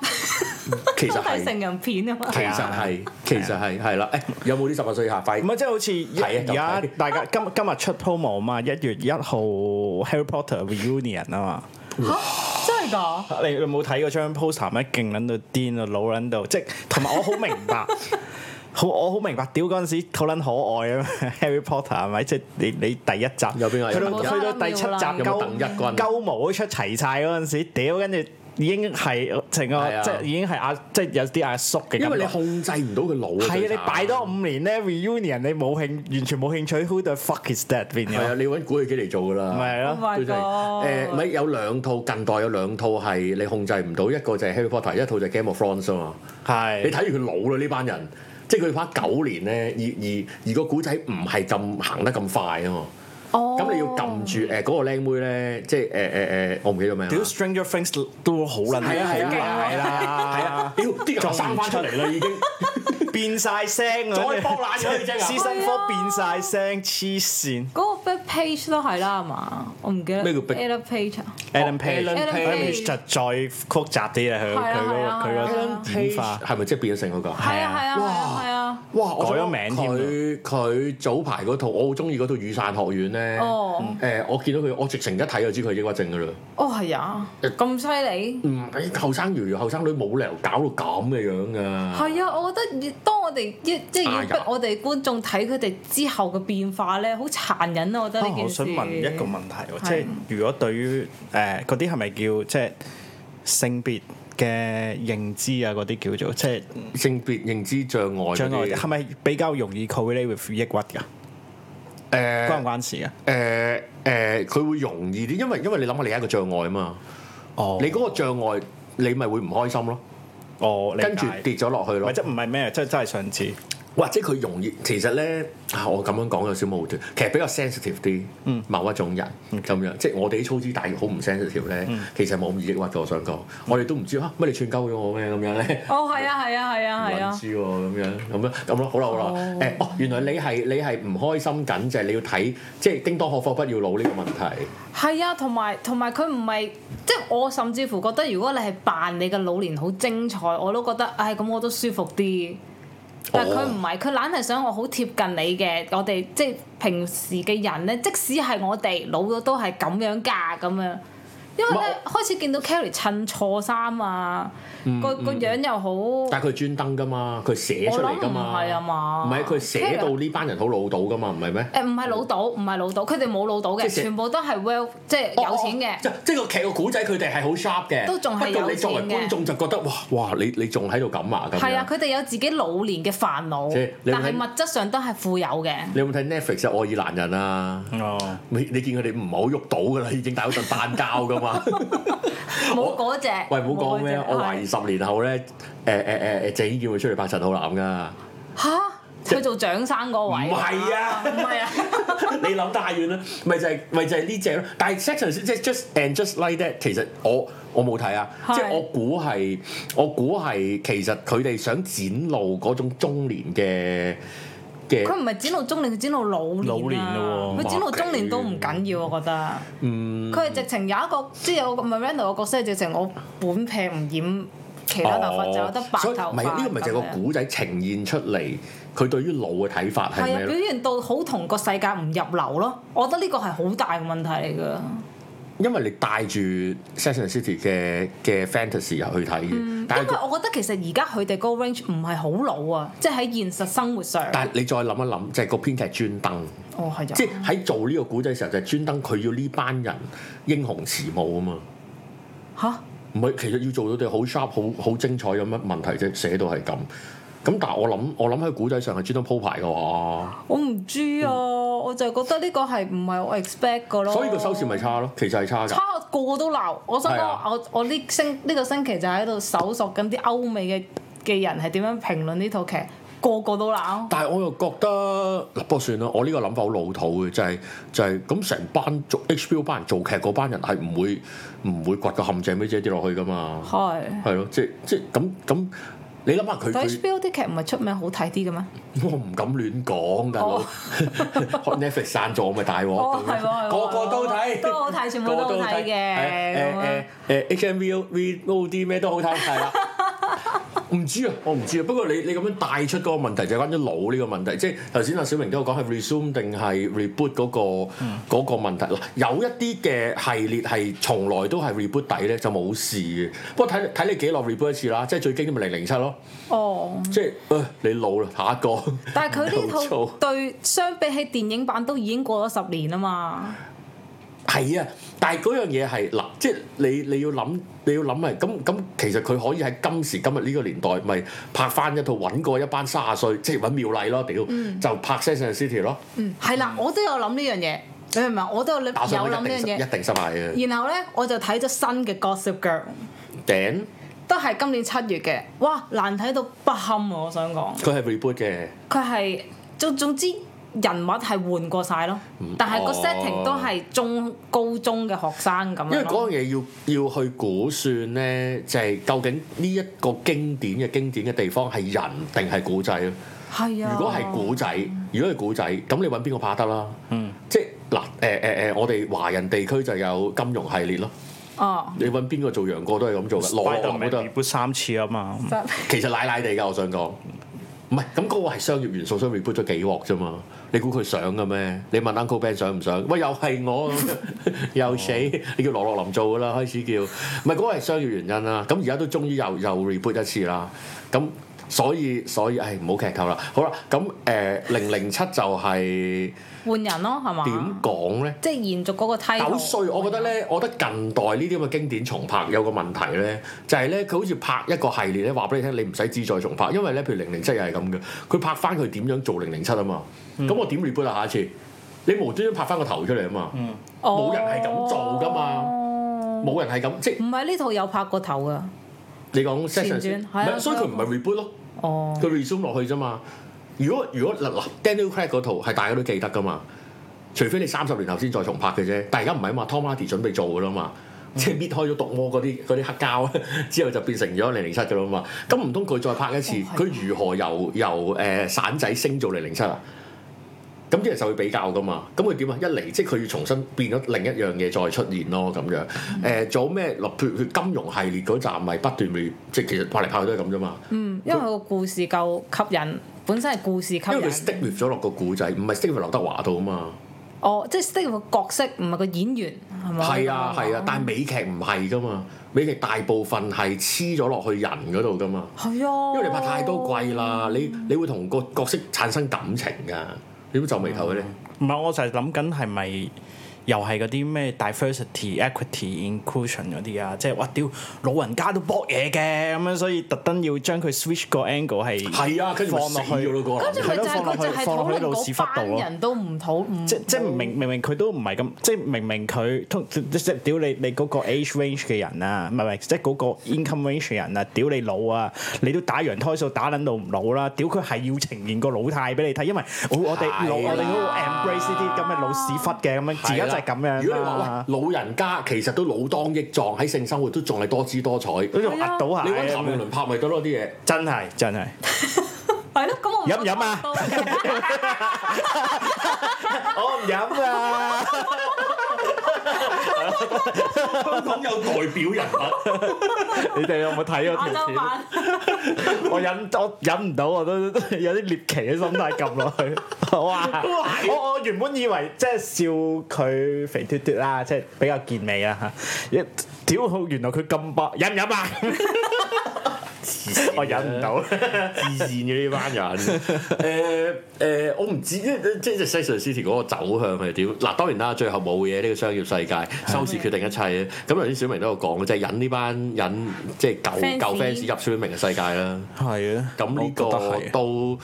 其
<laughs>
實
偷睇
係，
成人片啊嘛。
其實係，其實係，
啊
係啦。誒，有冇啲十八歲以下快
唔？係即係好似一
睇啊
而
就
家
睇
大家今今日出 promo 啊嘛，一月一號 Harry Potter Reunion 啊嘛。
嚇真係
啊
㗎？
啊你你冇睇嗰張 poster 咩？勁撚到癲啊，老撚到，即係同埋我好明白， <laughs> 好我好明白，屌嗰陣時好撚可愛啊 <laughs> 嘛，Harry Potter 係咪？即係你你第一集，
有邊個
去
有
到
冇
去到第七集
有冇鄧
鳩
一軍
鳩毛都出齊晒嗰陣時，屌跟住已經係成個
係啊
即係已經係阿即係有啲阿叔嘅
因
感
為你
覺。
控制唔到佢腦啊。
啊係
最
啊，你
慘
擺多五年咧 reunion，你冇興完全冇興趣，Who the fuck is that 變
係啊，
咗？
你揾古巨基嚟做㗎啦。
咪係啊
Oh
咯，
my
佢就
god！
誒，咪有兩套近代有兩套係你控制唔到，一個就係 Harry Potter，一套就係 Game of Thrones 啊嘛。你
係
睇住佢老啦呢班人，即係佢哋拍九年咧，而而而個古仔唔係咁行得咁快啊嘛。
哦
咁你要撳住誒嗰個靚妹咧，即係誒誒誒，我唔記得咩啦。啊
屌 Stranger Things 都好撚
係啊係啊
係啦，
係啊，屌啲人生翻出嚟啦已經，
變晒聲啊！
再剝爛佢
<laughs>
隻
私
眼。
生科變晒聲，黐線。
嗰個 back page 都係啦，係嘛？我唔記得
咩叫 back-
a page 啊？
Alan Page
Alan
Alan Page
Page
就再曲折啲啊！佢
係
佢
啊係啊
嗰個
係啊
佢個演化
係咪即係變咗成嗰個？
係啊係啊係啊係啊！
哇！我想
改咗名
啊
添
佢佢早排嗰套我好中意嗰套《雨傘學院》嗯咧。
哦
誒，我見到佢，我直情一睇就知佢抑鬱症噶啦。
哦係啊，咁犀利！
嗯，誒後生如後生女冇理由搞到咁嘅樣㗎。
係啊，我覺得越當我哋一即係要
哎
逼
呀
我哋觀眾睇佢哋之後嘅變化咧，好殘忍啊！我覺得
啊
呢
我
件事。
想問一個問題喎，
係
即係如果對於誒嗰啲係咪叫即係性別嘅認知啊嗰啲叫做即係
性別認知障礙嗰
障礙，係
啲。
咪比較容易 correlate with 抑鬱㗎？關唔
誒
關事啊？
誒誒，佢會容易啲，因為因為你諗下，你係一個障礙啊嘛。
哦
你嗰個障礙，你咪會唔開心咯，
哦，理解
跟住跌咗落去
唔
咯
係。即係唔係咩？即係真係上次
或者佢容易，其實咧啊，我咁樣講有少無端，其實比較 sensitive 啲，
嗯
某一種人咁樣，即係我哋啲粗枝大葉好唔 sensitive 咧，
嗯
其實冇咁易抑鬱嘅。我想講，我哋都唔知嚇乜你串鳩咗我咩咁樣咧。
哦係啊係啊係啊係
唔
啊！
知喎，咁樣咁樣咁咯，好啦好啦，誒
哦
哦原來你係你係唔開心緊，就係、你要睇即係叮當學課不要老呢個問題。
係啊，同埋同埋佢唔係，即係我甚至乎覺得，如果你係扮你嘅老年好精彩，我都覺得，唉，咁我都舒服
哦
啲。但係佢唔係，佢懶係想我好貼近你嘅，我哋即係平時嘅人咧，即使係我哋老咗都係咁樣㗎咁樣。因為咧開始見到 Carrie 襯錯衫啊，個個樣又好。
嗯但係佢專登㗎嘛，佢寫出嚟㗎
我諗
嘛，
唔係啊嘛
唔係佢寫到呢班人好老到㗎嘛，唔係咩？
誒唔係老到，唔係老到，佢哋冇老到嘅，
即係
全部都係 well 即係有錢嘅。
哦即即個劇個古仔佢哋係好 sharp 嘅，
都仲係
不過你
有錢嘅
作為觀眾就覺得哇哇，你你仲喺度咁啊咁
係啊，
樣。
佢哋有自己老年嘅煩惱
即係，你會
但係
睇
物質上都係富有嘅。
你有冇睇 Netflix 啊？愛爾蘭人啊，
哦，
你你見佢哋唔係好喐到㗎啦，已經打嗰陣扮交
<laughs>
㗎嘛。
冇嗰只。
喂，唔好講咩，啊
冇嗰隻啊
我懷疑十年後咧，誒誒誒誒，鄭伊健會出嚟拍陳浩南㗎。
嚇，佢做長生嗰位。
唔係啊
唔係啊，
<laughs> 你諗太遠啦，咪就係、咪就係呢只咯。但係 section 即係 just and just like that，其實我我冇睇啊，
係
即係我估係我估係其實佢哋想展露嗰種中年嘅嘅
佢唔係展露中年，佢展露老年啊
老年咯喎
佢展露中年都唔緊要，我覺得。
嗯
佢係直情有一個，即係有個 Miranda 個角色係直情我本劈唔染其他頭髮，就有得白
哦所
頭髮。
以唔係呢個咪就係個古仔呈現出嚟，佢對於老嘅睇法係
係啊，
咩
表
咯？
現到好同個世界唔入流咯，我覺得呢個係好大嘅問題嚟㗎。
因為你帶住 section city 嘅嘅 fantasy 入去睇嘅，但
因為
係
我覺得其實而家佢哋個 range 唔係好老啊，即係喺現實生活上。
但係你再諗一諗，就係、個編劇專登。
哦，係啊。
即係喺做呢個古仔嘅時候，就係專登佢要呢班人英雄遲暮啊嘛。
嚇，
唔係，其實要做到佢哋好 sharp、好好精彩有乜問題啫？寫到係咁。咁但係我諗，我諗喺古仔上係專登鋪排嘅話，
我唔知啊，我就係覺得呢個係唔係我 expect 嘅咯。
嗯所以個收視咪差咯。其實係差㗎
差。我個個都鬧，我想
係
講
啊
我我呢星呢個星期就喺度搜索緊啲歐美嘅嘅人係點樣評論呢套劇，個個都鬧。
但係我又覺得，嗱不過算啦，我呢個諗法好老土嘅，就係、就係咁成班做 HBO 班人做劇嗰班人係唔會唔會掘個陷阱俾自己跌落去㗎嘛。
哦係。
係咯，即即咁咁，你諗下佢
但
佢。
HBO 啲劇唔係出名好睇啲嘅咩？
我唔敢亂講，大佬。 <laughs>
哦
Netflix 散咗我咪大鑊
哦係喎係
咁樣，
喎
個個都睇，
都好睇全部都好睇嘅咁樣
誒誒誒 H M V O V O D 咩都好睇，
<laughs>
係啦。唔知啊，我唔知啊。不過你你咁樣帶出嗰個問題就係關於老呢個問題，即係頭先阿小明都有講係 resume 定係 reboot 嗰、個
嗯
嗰個問題。嗱，有一啲嘅系列係從來都係 reboot 底咧就冇事嘅。不過睇睇你幾耐 reboot 一次啦，即係最經典咪零零七咯。
哦。
即係誒你老啦，下一個。
但
<laughs>
係佢呢
唔夠
套
做
對相比起電影版都已經過咗十年啊嘛，
係啊，但係嗰樣嘢係嗱，即係你你要諗，你要諗係咁咁，其實佢可以喺今時今日呢個年代，咪拍翻一套揾過一班卅歲，即係揾妙麗咯，屌、就拍《Sex and the City》咯，
嗯，係啦，我都有諗呢樣嘢，你明唔明？我都有諗
打上
有
去
諗
一
呢
定失
樣
一定失敗嘅。
嘢。然後咧，我就睇咗新嘅《Gossip Girl》，
頂，
都係今年七月嘅。哇，難睇到不堪啊！我想講，
佢係 reboot 嘅，
佢係總總之人物係換過晒咯，但係個
哦
setting 都係中高中嘅學生咁
因為
樣
嗰樣
咯。
嘢要要去估算咧，就係、究竟呢一個經典嘅經典嘅地方係人定係古仔咯。
係啊，
如果係古仔，如果係古仔，咁你揾邊個拍得啦？嗯，即係嗱，誒誒誒，我哋華人地區就有金融系列咯。
哦，
你揾邊個做楊過都係咁做嘅，羅樂林
Spiderman
都得
reboot 三次啊嘛，
真
其實奶奶地㗎，我想講。唔係，咁嗰個係商業元素，所以 reboot 咗幾鑊啫嘛。你估佢想嘅咩？你問 Uncle Ben 想唔想？喂，又係我，又死！你叫羅樂林做㗎啦，開始叫。唔係嗰個係商業原因啦。咁而家都終於又又 reboot 一次啦。咁所以所以，唉，唔好劇透啦。好啦，咁誒零零七就係
換人咯，係嘛？
點講咧？
即係延續嗰個梯
九
度。
歲，我覺得
哦啊
咧，我覺得近代呢啲咁嘅經典重拍有個問題咧，就係咧佢好似拍一個系列咧，話俾你聽，你唔使志在重拍，因為咧，譬如零零七又係咁嘅，佢拍翻佢點樣做零零七啊嘛，
嗯
咁我點 reboot 啊下一次？你無端端拍翻個頭出嚟啊嘛，
嗯
冇人係咁做㗎嘛
哦
冇人係咁，即係
唔係呢套有拍過頭㗎。
你講
前
session
傳
唔
係啊
係，所以佢唔係 reboot 咯，
哦，
佢 resume 落去啫嘛。如果如果嗱嗱 Daniel Craig 嗰套係大家都記得㗎嘛，除非你三十年後先再重拍嘅啫，但係而家唔係啊嘛，Tom Hardy 準備做㗎啦嘛。
嗯
即係搣開咗毒魔嗰啲嗰啲黑膠，啊 <laughs> 之後就變成咗零零七㗎啦嘛。咁唔通佢再拍一次，
哦
佢、
係
如何由由誒、呃散仔升做零零七啊？咁啲人就會比較㗎嘛。咁佢點啊？一嚟即係佢要重新變咗另一樣嘢再出現咯，咁樣。誒、
嗯
做咩？嗱，譬如佢金融系列嗰站咪不斷會，即係其實拍嚟拍去都係咁啫嘛。
嗯，因為佢個故事夠吸引，本身係故事吸
因為佢
引。
stick with 咗落個古仔，唔係 stick with 劉德華度啊嘛。
哦，即係 stick with 個角色，唔係個演員，係咪？
係啊係啊，但係美劇唔係噶嘛，美劇大部分係黐咗落去人嗰度噶嘛。
係啊，
因為你拍太多季啦，你你會同個角色產生感情㗎。你都皺眉頭嘅咧？
唔係我就係諗緊係咪又係嗰啲咩 diversity、equity、inclusion 嗰啲啊？即係哇屌，老人家都搏嘢嘅咁樣，所以特登要將佢 switch 個 angle 係
係啊，跟住咪
放
死
落去
咗咯個
跟
男
住
人。啊
咪就係佢就係
放落
討
去
論
老屎忽
嗰
度
班
咯
人都唔討唔
嗯
即即明明明佢都唔係咁，即明明佢通即即屌你你嗰個 age range 嘅人啊，唔係唔係，即嗰個 income range 嘅人啊，屌你老啊，你都打羊胎數打撚到唔老啦，屌佢係要呈現個老態俾你睇，因為我我哋
係
老我哋嗰個
啊
embrace 呢啲咁嘅老屎忽嘅咁樣，而家就係咁樣啊啦。
如果你話喂老人家其實都老當益壯，喺性生活都仲係多姿多彩，你
嗰種壓倒下
揾譚詠麟拍咪得咯啲嘢。
真係真係，
係咯，咁我
飲唔飲啊
我覺得
<laughs>
我唔飲 <laughs> 啊！
香港有代表 <laughs> 人物。
你哋有冇睇嗰
亞
條
洲
片？
版
<laughs> 我忍我忍唔到，我都有啲獵奇嘅心態撳落去。 <laughs> 哇！我我原本以為即係笑佢肥嘟嘟啦，即係比較健美啦嚇。一屌好，原來佢咁白，忍唔忍啊？ <laughs> 我忍唔到。
自善嘅呢班人。誒誒、呃我唔知即即即 Sex and the City 嗰個走向係點。嗱，當然啦，最後冇嘢，呢、個商業世界收視決定一切嘅。咁頭先小明都有講，即係引呢班人即係舊
Fans
舊 fans 入小明嘅世界啦。
<laughs> 係啊，
咁呢個都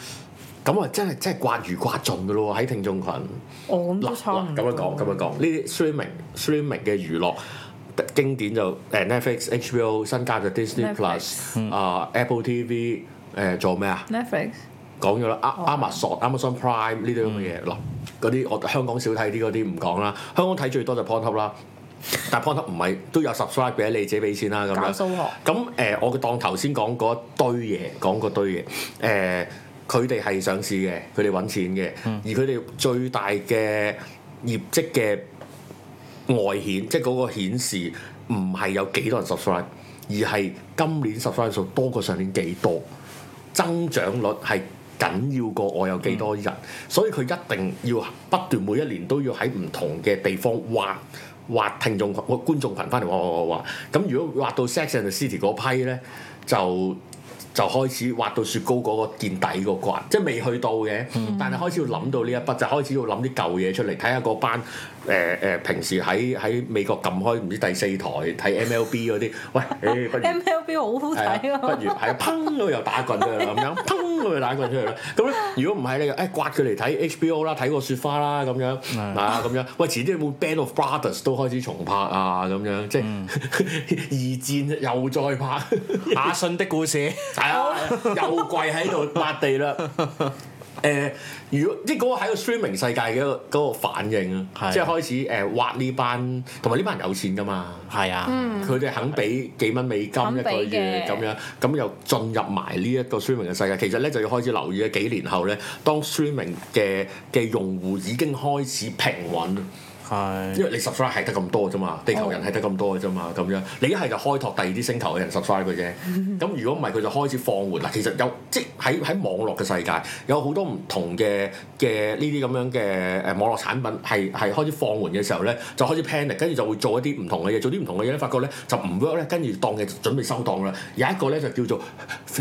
咁啊，真係真係刮如刮中嘅咯喎，喺聽眾群。
哦咁
嗱
都差
嗱
唔
咁
多
樣講，咁樣講，呢啲 streaming streaming 嘅娛樂經典就誒 Netflix、HBO、新加嘅 Disney Plus、啊 Apple TV 誒仲有咩啊？
Netflix
講咗啦，A-，Amazon、Amazon Prime 呢
嗯
啲咁嘅嘢嗱，嗰啲我香港少睇啲嗰啲唔講啦，香港睇最多就 PornHub 啦，但 PornHub 唔係都有 subscribe 俾你自己俾錢啦咁
教
樣。
數學
咁誒、呃我當頭先講嗰堆嘢，講嗰堆嘢誒。呃佢哋係上市嘅，佢哋揾錢嘅，
嗯
而佢哋最大嘅業績嘅外顯，即係嗰個顯示唔係有幾多人 subscribe，而係今年 subscribe 數多過上年幾多，增長率係緊要過我有幾多人，所以佢一定要不斷每一年都要喺唔同嘅地方挖。挖聽眾群、挖觀眾群翻嚟，挖挖挖挖。咁如果挖到 Sex and the City 嗰批咧，就就開始畫到雪糕嗰個見底個關，即係未去到嘅，但係開始要諗到呢一筆，就開始要諗啲舊嘢出嚟，睇下嗰班誒誒、呃平時喺喺美國撳開唔知第四台睇 MLB 嗰啲，喂，誒、不如。
MLB 好好
係啊，
睇
不
喎，
如係啊，砰咁又打棍出去啦，咁樣砰咁又打棍出去啦。咁咧，如果唔係你就誒刮佢嚟睇 HBO 啦，睇個雪花啦咁樣啊咁樣。喂，遲啲會 Band of Brothers 都開始重拍啊咁樣，即
嗯
係 <laughs> 二戰又再拍，
亞信的故事，
係啊，又跪喺度抹地啦。誒、如果即係嗰個喺個 streaming 世界嘅一個嗰、個反應啊，
係
即係開始誒、挖呢班，同埋呢班人有錢噶嘛。
係啊，
嗯
佢哋肯俾幾蚊美金一
肯
個
俾
月
嘅
咁樣，咁又進入埋呢一個 streaming 嘅世界。其實咧就要開始留意咧，幾年後咧，當 streaming 嘅嘅用戶已經開始平穩，
係
因為你 subscribe 係得咁多啫
哦
嘛，地球人係得咁多嘅啫嘛，咁樣你一係就開拓第二啲星球嘅人 subscribe 嘅啫。
嗯
咁如果唔係，佢就開始放緩啦。其實有即係喺喺網絡嘅世界，有好多唔同嘅嘅呢啲咁樣嘅誒網絡產品係係開始放緩嘅時候咧，就開始 panic，跟住就會做一啲唔同嘅嘢，做啲唔同嘅嘢咧，發覺咧就唔 work 咧，跟住當嘅就準備收檔啦。有一個咧就叫做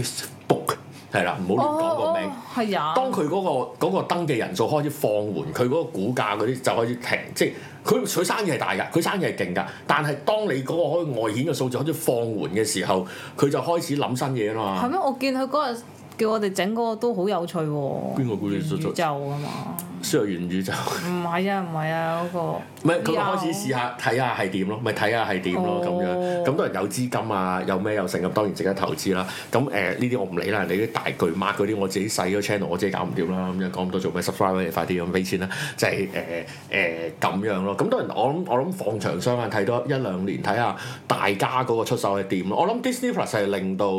Facebook，係啦，唔好亂講個名。
哦，係啊，
當佢嗰、個嗰、個登記人數開始放緩，佢嗰個股價嗰啲就開始停，即係佢佢生意係大㗎，佢生意係勁㗎，但係當你嗰個開外顯嘅數字開始放緩嘅時候，佢就開始諗新嘢啦
係
嘛。
咩？我見佢嗰日叫我哋整嗰個都好有趣喎，
邊個故事最
宇
最
宙啊嘛，
輸入元宇宙？
唔係啊，唔係啊，嗰個
唔係佢咪
VR
開始試下睇下係點咯，咪睇下係點咯咁樣。
哦
咁當然有資金啊，有咩有成咁，當然值得投資啦。咁誒呢啲我唔理啦，人哋啲大巨擘嗰啲我自己細嗰 channel 我自己搞唔掂啦。咁樣講咁多做咩？subscribe 你快啲咁俾錢啦，就係誒誒咁樣咯。咁當然我諗我諗放長雙眼睇多一兩年，睇下大家嗰個出手係點咯。我諗 Disney Plus 係令到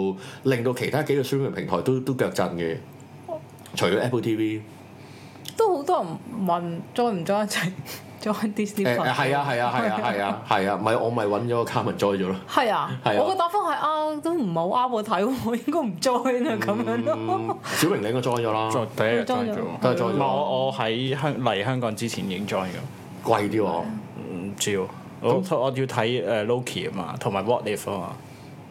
令到其他幾個 streaming 平台都都腳震嘅，除咗 Apple TV。
都好多人問 join 唔 join 一齊 <laughs> join Disney
誒誒
Plus
係啊係啊係啊係啊係啊，咪我咪揾咗個 Carmen join 咗咯。
係啊，
係啊
我個答覆係啊，都唔係好啱我睇喎，我應該唔 <laughs> join 啊咁樣
嗯
咯。
小明你應該 join 咗啦，
再第一日
join
join
咗
咗，
都係 join
唔係
咗，
我我喺香嚟香港之前已經 join 咗，
貴啲喎。
唔知喎。我我要睇誒 Loki 啊嘛，同埋 What If 啊嘛，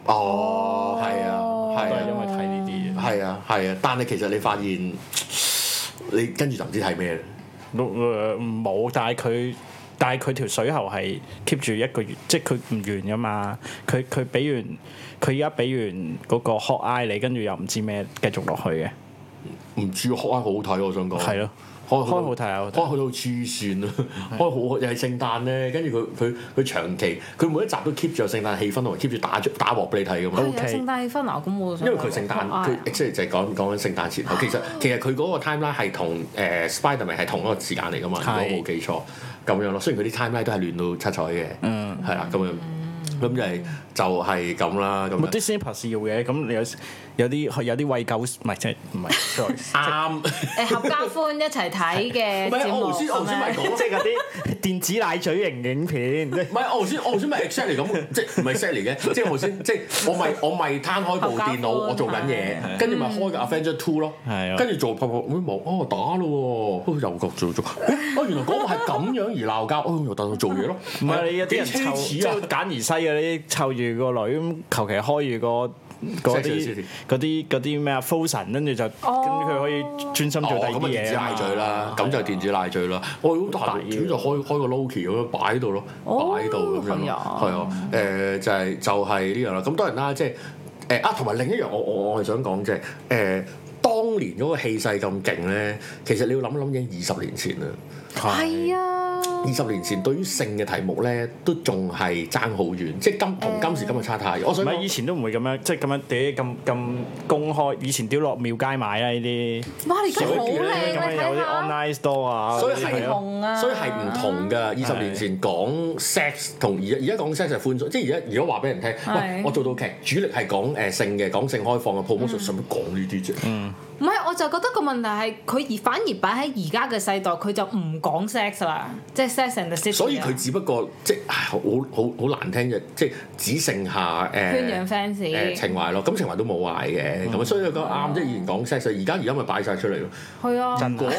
哦，係啊，
都
係
係因
啊，
為睇呢啲嘢。
係啊，係啊，但係其實你發現你跟住就唔知睇咩啦。
誒呃冇，但係佢但係佢條水喉係 keep 住一個月，即係佢唔完噶嘛。佢佢俾完，佢而家俾完嗰個 hot eye 你，跟住又唔知咩繼續落去嘅，
唔知開開好好睇，我想講。
係咯。
開
開好睇啊我
開
覺得
去到黐線啊！開好又係聖誕咧，跟住佢佢佢長期佢每一集都 keep 住有聖誕氣氛同埋 keep 住打打鑊俾你睇㗎嘛
係。有
OK
聖誕氣氛啊，咁我啊
因為佢聖誕，佢即係就係講講緊聖誕前後。其實其實佢嗰個 timeline 係同誒 Spiderman 係同一個時間嚟噶嘛，如
係
果冇記錯咁樣咯。雖然佢啲 timeline 都係亂到七彩嘅，
嗯，
係啦咁樣，
嗯
咁就係就係咁啦咁
咁
樣。
Disney Plus 要嘅，咁你有有啲有啲喂狗，唔係即係唔係 sorry
啱， <laughs>
誒合家歡一齊睇嘅
唔係
節
我
目
頭先我頭
咁
先咪
樣。
講
<laughs> 即係嗰啲電子奶嘴型影片，
唔係，我頭先我頭先咪 exactly 咁，即係唔係 exactly 嘅，即係我頭先即係我咪我咪攤開部電腦，我做緊嘢，跟住咪開個 Avenger Two 咯
嗯係啊，
跟住做拍拍，咦冇哦打咯喎，哦又覺做做，咦哦原來嗰個係咁樣而鬧交，哦又等佢做嘢咯，啊
唔係你有啲人
幾
湊，即
奢侈啊
係！簡而西嗰啲湊住個女咁，求其開住個。嗰
即係
啲
即係
嗰啲嗰啲咩啊 f o s e n 跟住
哦
就跟住佢可以專心做第
哦，
二啲
咁啊電
嘢
子
啊嘛
奶嘴啦，咁就電子奶嘴啦。我好大
得意
主就開開個 Loki 咁樣擺喺度咯，
哦
擺喺度咁樣
係
咯
啊，
係啊，誒就係就係呢樣啦。咁當然啦，即係誒啊，同埋另一樣，我我我係想講即係誒。當年嗰個氣勢咁勁咧，其實你要諗諗已經二十年前啦。
係啊，
二十年前對於性嘅題目咧，都仲係爭好遠，即係今同今時今日差太遠。我
唔
想
係以
講
前都唔會咁樣，即係咁樣嗲咁咁公開。以前屌落廟街買啦呢啲，
哇！你而家好
所以
咁
靚啊，
樣有
睇
啲
下
online store 啊，
所以
嗰啲
係
係咯
紅啊，
所以係唔同嘅。二十年前講 sex 同而家而家講 sex 係寬鬆，即係而家而家話俾人聽，喂
係，
我做到劇主力係講誒性嘅，講性開放嘅
嗯
promotion，使乜講呢啲啫？
唔係，我就覺得個問題係佢而反而擺喺而家嘅世代，佢就唔講 sex 啦，即係 sex and the city 啊。
所以佢只不過即係唉好好好難聽嘅，即係只剩下誒
圈養嗯
誒、
fans
情懷咯。咁情懷都冇啊壞嘅，咁、所以佢講啱，即係以前講 sex，而家而家咪擺晒出嚟咯。
係啊，
真
如果
係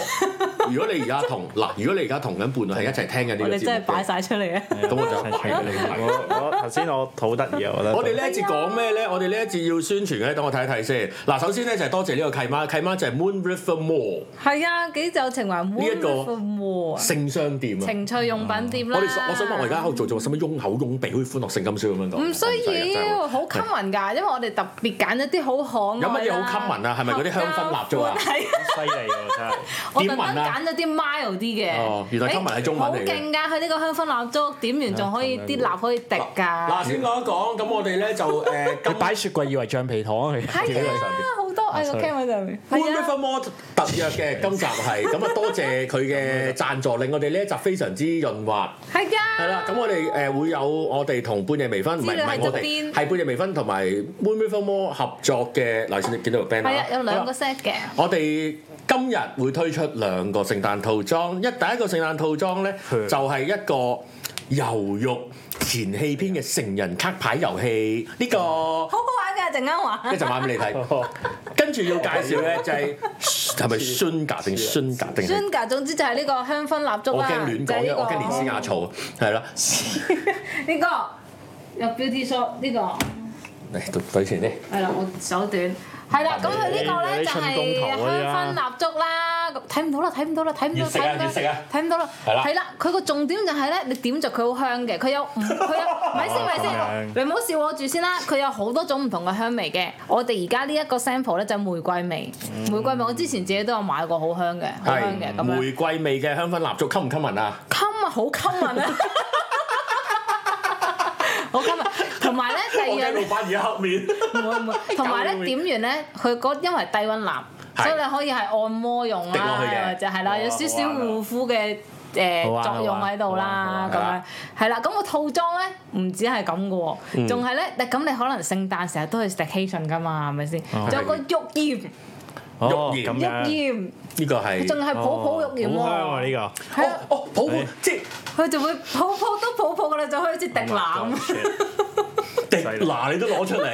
如果你而家同嗱，如果你而家同緊伴侶係一齊聽緊呢個
我
節目
哋真係
嘅
擺晒出嚟
<laughs>
啊！
咁我就
我我頭先我好得意啊，我覺得
我哋呢一節講咩咧？我哋呢一節要宣傳嘅，等我睇一睇先。嗱，首先咧就係多謝呢個契媽，契媽就係 Moon River Mall
係啊，幾有情懷
一個
wonderful 啊
性商店啊！嗯
情趣用品店啦。
我哋我想問，我而家喺度做做，使唔使擁口擁鼻，好似歡樂性今宵咁樣講？
唔需要，
我
好
唔使啊真係
common 㗎，因為我哋特別揀一啲好可愛
有乜嘢好
啦
common 啊係咪嗰啲香薰蠟燭啊
合家歡係啊
犀利喎，真係。
我特
點
登
聞啊
揀咗啲 mild 啲嘅。
哦原來
誒
common 係中文
好
嚟嘅啊
勁㗎！佢呢個香薰蠟燭點完仲可以啲蠟可以滴㗎。
嗱，先講一講，咁我哋咧就
<laughs>
誒
你
今
擺雪櫃以為橡皮糖啊，佢
係啊，好多喺個
sorry
cam 上面。
Moon
係
River
啊，
Mall 特約嘅今集係咁啊，多謝佢嘅贊助，令我哋呢一集非常之潤滑。
係
係啊
㗎。
啦，咁我哋誒會有我哋同半夜微醺，唔
知
係唔
道係
係我
側邊
哋，係半夜微醺同埋 Moon River Mall 合作嘅，嗱先見到個 band
係啊，有兩個
好啦
set 嘅。
我哋今日會推出兩個聖誕套裝，一第一個聖誕套裝咧就
係
係一個遊浴前戲篇嘅成人卡牌遊戲，呢、個
好好玩㗎，陣間玩。
一陣玩俾你睇。
<laughs> 哦
跟住要介紹咧就係係咪 Sunga 定 Sunga 定係？
專㗎，總之就係呢個香薰蠟燭啊
我
啦。
驚亂
就
講，
係呢
因為
個
我驚連詩雅嘈，係啦。
呢個有 beauty shop 呢個
嚟讀睇先咧。
係啦，我手短。係啦，咁佢呢個咧就係
啊
香薰蠟燭啦，咁睇唔到啦，睇唔到啦，睇唔到，
越食啊
睇唔
越食
到
啊，
睇唔到啦，
係啦
係啦，佢個重點就係咧，你點着佢好香嘅，佢有唔佢
<laughs>
有，咪
啊
先咪
咁
先，你唔好笑我住先啦，佢有好多種唔同嘅香味嘅，我哋而家呢一個 sample 咧就係玫瑰味，玫瑰味我之前自己都有買過，好香嘅，好香嘅咁
嗯係
樣，
玫瑰味嘅香薰蠟燭，吸唔吸聞啊？
襟啊，好襟啊， <laughs> 好襟啊，同埋咧第二樣。
闆而家黑面，
唔會唔會，同埋咧點完咧，佢嗰因為低温蠟，
係
所以你可以係按摩用
滴落
啦
去，嘅
或者係啦，有少少
好玩啊
護膚嘅誒
好玩
作用喺度啦，
好玩
咁
好
樣
玩
係啦。咁個套裝咧唔止係咁嘅喎，仲係咧，你咁你可能聖誕成日都去 staycation 噶嘛，係咪先？仲有個浴鹽，
哦
肉
咁
浴
樣，
鹽
<laughs> 呢個係
仲係泡泡浴鹽
哦好香啊
喎，
呢
係啊，
哦，泡泡
係
即係
佢就會泡泡都泡泡嘅啦，就開始滴
個
藍。。
滴嗱，你都攞出
<laughs>
嚟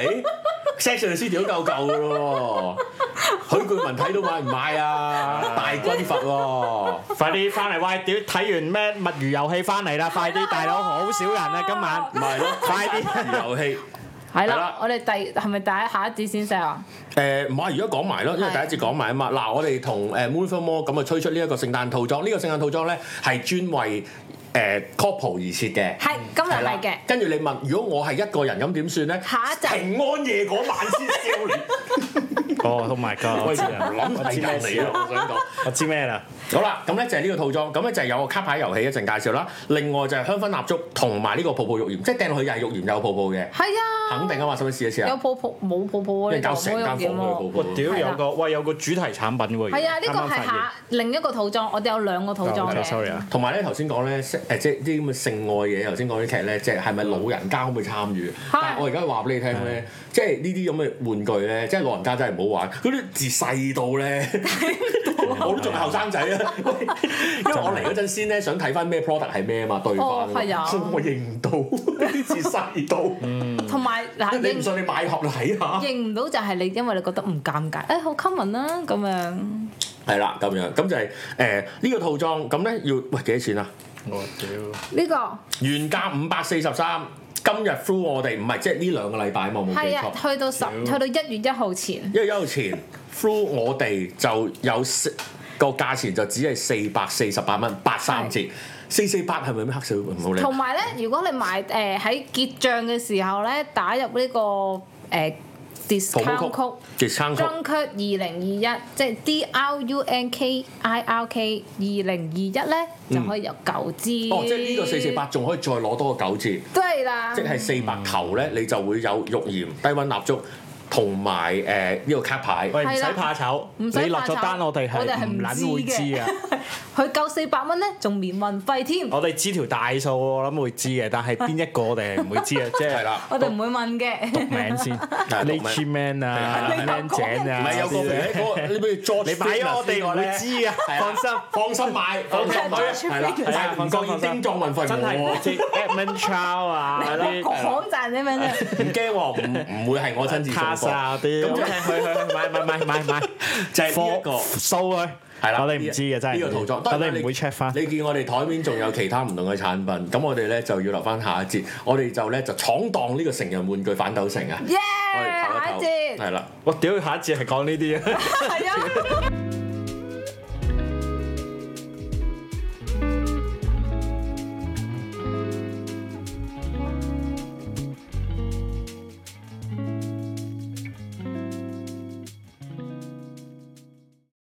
，Section 師條都夠夠嘅咯喎。許冠文睇到買唔買啊？ <laughs> 大軍閥喎，
快啲翻嚟！喂，屌睇完咩物魚遊戲翻嚟啦！快啲，大佬好少人啊，今
<laughs>
晚
唔係咯，
快啲
遊戲。
係
係
啦
啦，
我哋第係咪第一下一節先 set 啊？
誒唔係，而家講埋咯，因為第一節講埋啊嘛。嗱，我哋同誒 Moon for More 咁啊推出呢一個聖誕套裝，呢、個聖誕套裝咧係專為誒 couple 而設嘅。
係今日
係啦
係嘅。
跟住你問，如果我係一個人咁點算咧？
下一集
平安夜嗰晚先笑 <laughs> 你，
<laughs> 哦，Oh my god！
啊我
我
唔
知啦，
諗係人嚟咯，啊我想講。
我知咩啦？
好啦，咁咧就係呢個套裝，咁咧就係有個卡牌遊戲一陣介紹啦。另外就係香薰蠟燭同埋呢個泡泡浴鹽，即係掟落去又係浴鹽有泡泡嘅，
係啊，
肯定啊嘛，使唔使試一試
有
啊？
泡泡冇泡泡啊，
因
你
為搞成間房
冇
都
用
係泡
喎。
我
泡。
屌
係啦
有個喂有個主題產品喎，
係啊，呢個
啱啱發
係
現
下另一個套裝，我哋有兩個套裝
哦
嘅。
，sorry 啊，
同埋咧，頭先講咧，性誒即係啲咁嘅性愛嘢，頭先講啲劇咧，即係係咪老人家可唔可以參與？但係我而家話俾你聽咧，即係呢啲咁嘅玩具咧，即係老人家真係唔好玩，嗰啲自細到咧，
<laughs>
我都仲係後生仔啊！喂因為我嚟嗰陣先咧，想睇翻咩 product 係咩啊嘛，對
哦
翻
係啊
啊，所以我認
<laughs>
唔到啲自細到，
嗯
同埋嗱，
你唔
啊認
信你買盒睇下。
認唔到就係你，因為你覺得唔尷尬，哎誒好 common 啦咁樣。
係啦，咁樣咁就係誒呢個套裝，咁咧要喂幾多錢啊？
我屌。
呢個
原價五百四十三，今日 through 我哋唔係即係呢兩個禮拜嘛，我冇
係
記
啊
錯，。
去到十，去到一月一號前。
一休前 through 我哋就有四個價錢就只係四百四十八蚊八三折，四四八係咪咩黑社會唔好理。
同埋咧，如果你買誒喺結帳嘅時候咧，打入呢個誒 discount code。
嘅餐曲
Drunkirk 二零二一，即係 D R U N K I R K 二零二一咧，就可以有九支。
嗯哦，即係呢個四四八。仲可以再攞多個九折，
對啦，
即係四百頭咧，你就會有肉鹽、低温蠟燭同埋誒呢個卡牌。
喂，唔
係
使
啦
怕醜，
唔
你
使怕醜
落咗單，我哋係
我哋係唔
唔撚會
知嘅 <laughs>
知啊！
佢夠四百蚊咧，仲免運費添。
我哋知條大數，我諗會知嘅，但係邊一個我哋係唔會知啊嘅，即係
係啦，
我哋唔會問嘅。
名先
讀名
，Litchi Man 啊
係啦
，Man 井
唔
啊，
係
<laughs>
有個
嗰啲
名
咧
嗰個，你譬如 George
你買咗我哋唔
Fitness 呢個
會
咧
知啊，
係啊
放心。
放心買，放心買，係啦，
係啊
係唔
放心
覺意
放心
叮撞運費
真係
我
唔知 Edmund Chow
<laughs>
啊，
<laughs>
嗰啲
講賺啲咩啫？
唔驚喎，唔唔會係我親自送
Casa
貨，
啊嗰啲，
咁
咁去去去買買買買買，
就係呢一個
貨數佢，
係啦，
我哋唔知啊嘅真係
呢
唔
個
知
圖作，
我哋
當然啦
唔會 check 返
你見我哋台面仲有其他唔同嘅產品，咁我哋咧就要留翻下一節，我哋就咧就闖蕩呢個成人玩具反斗城啊！
耶！
我哋
下一
唞一唞，
節
係啦。
啊
我屌，下一節係講呢啲嘅。
係啊。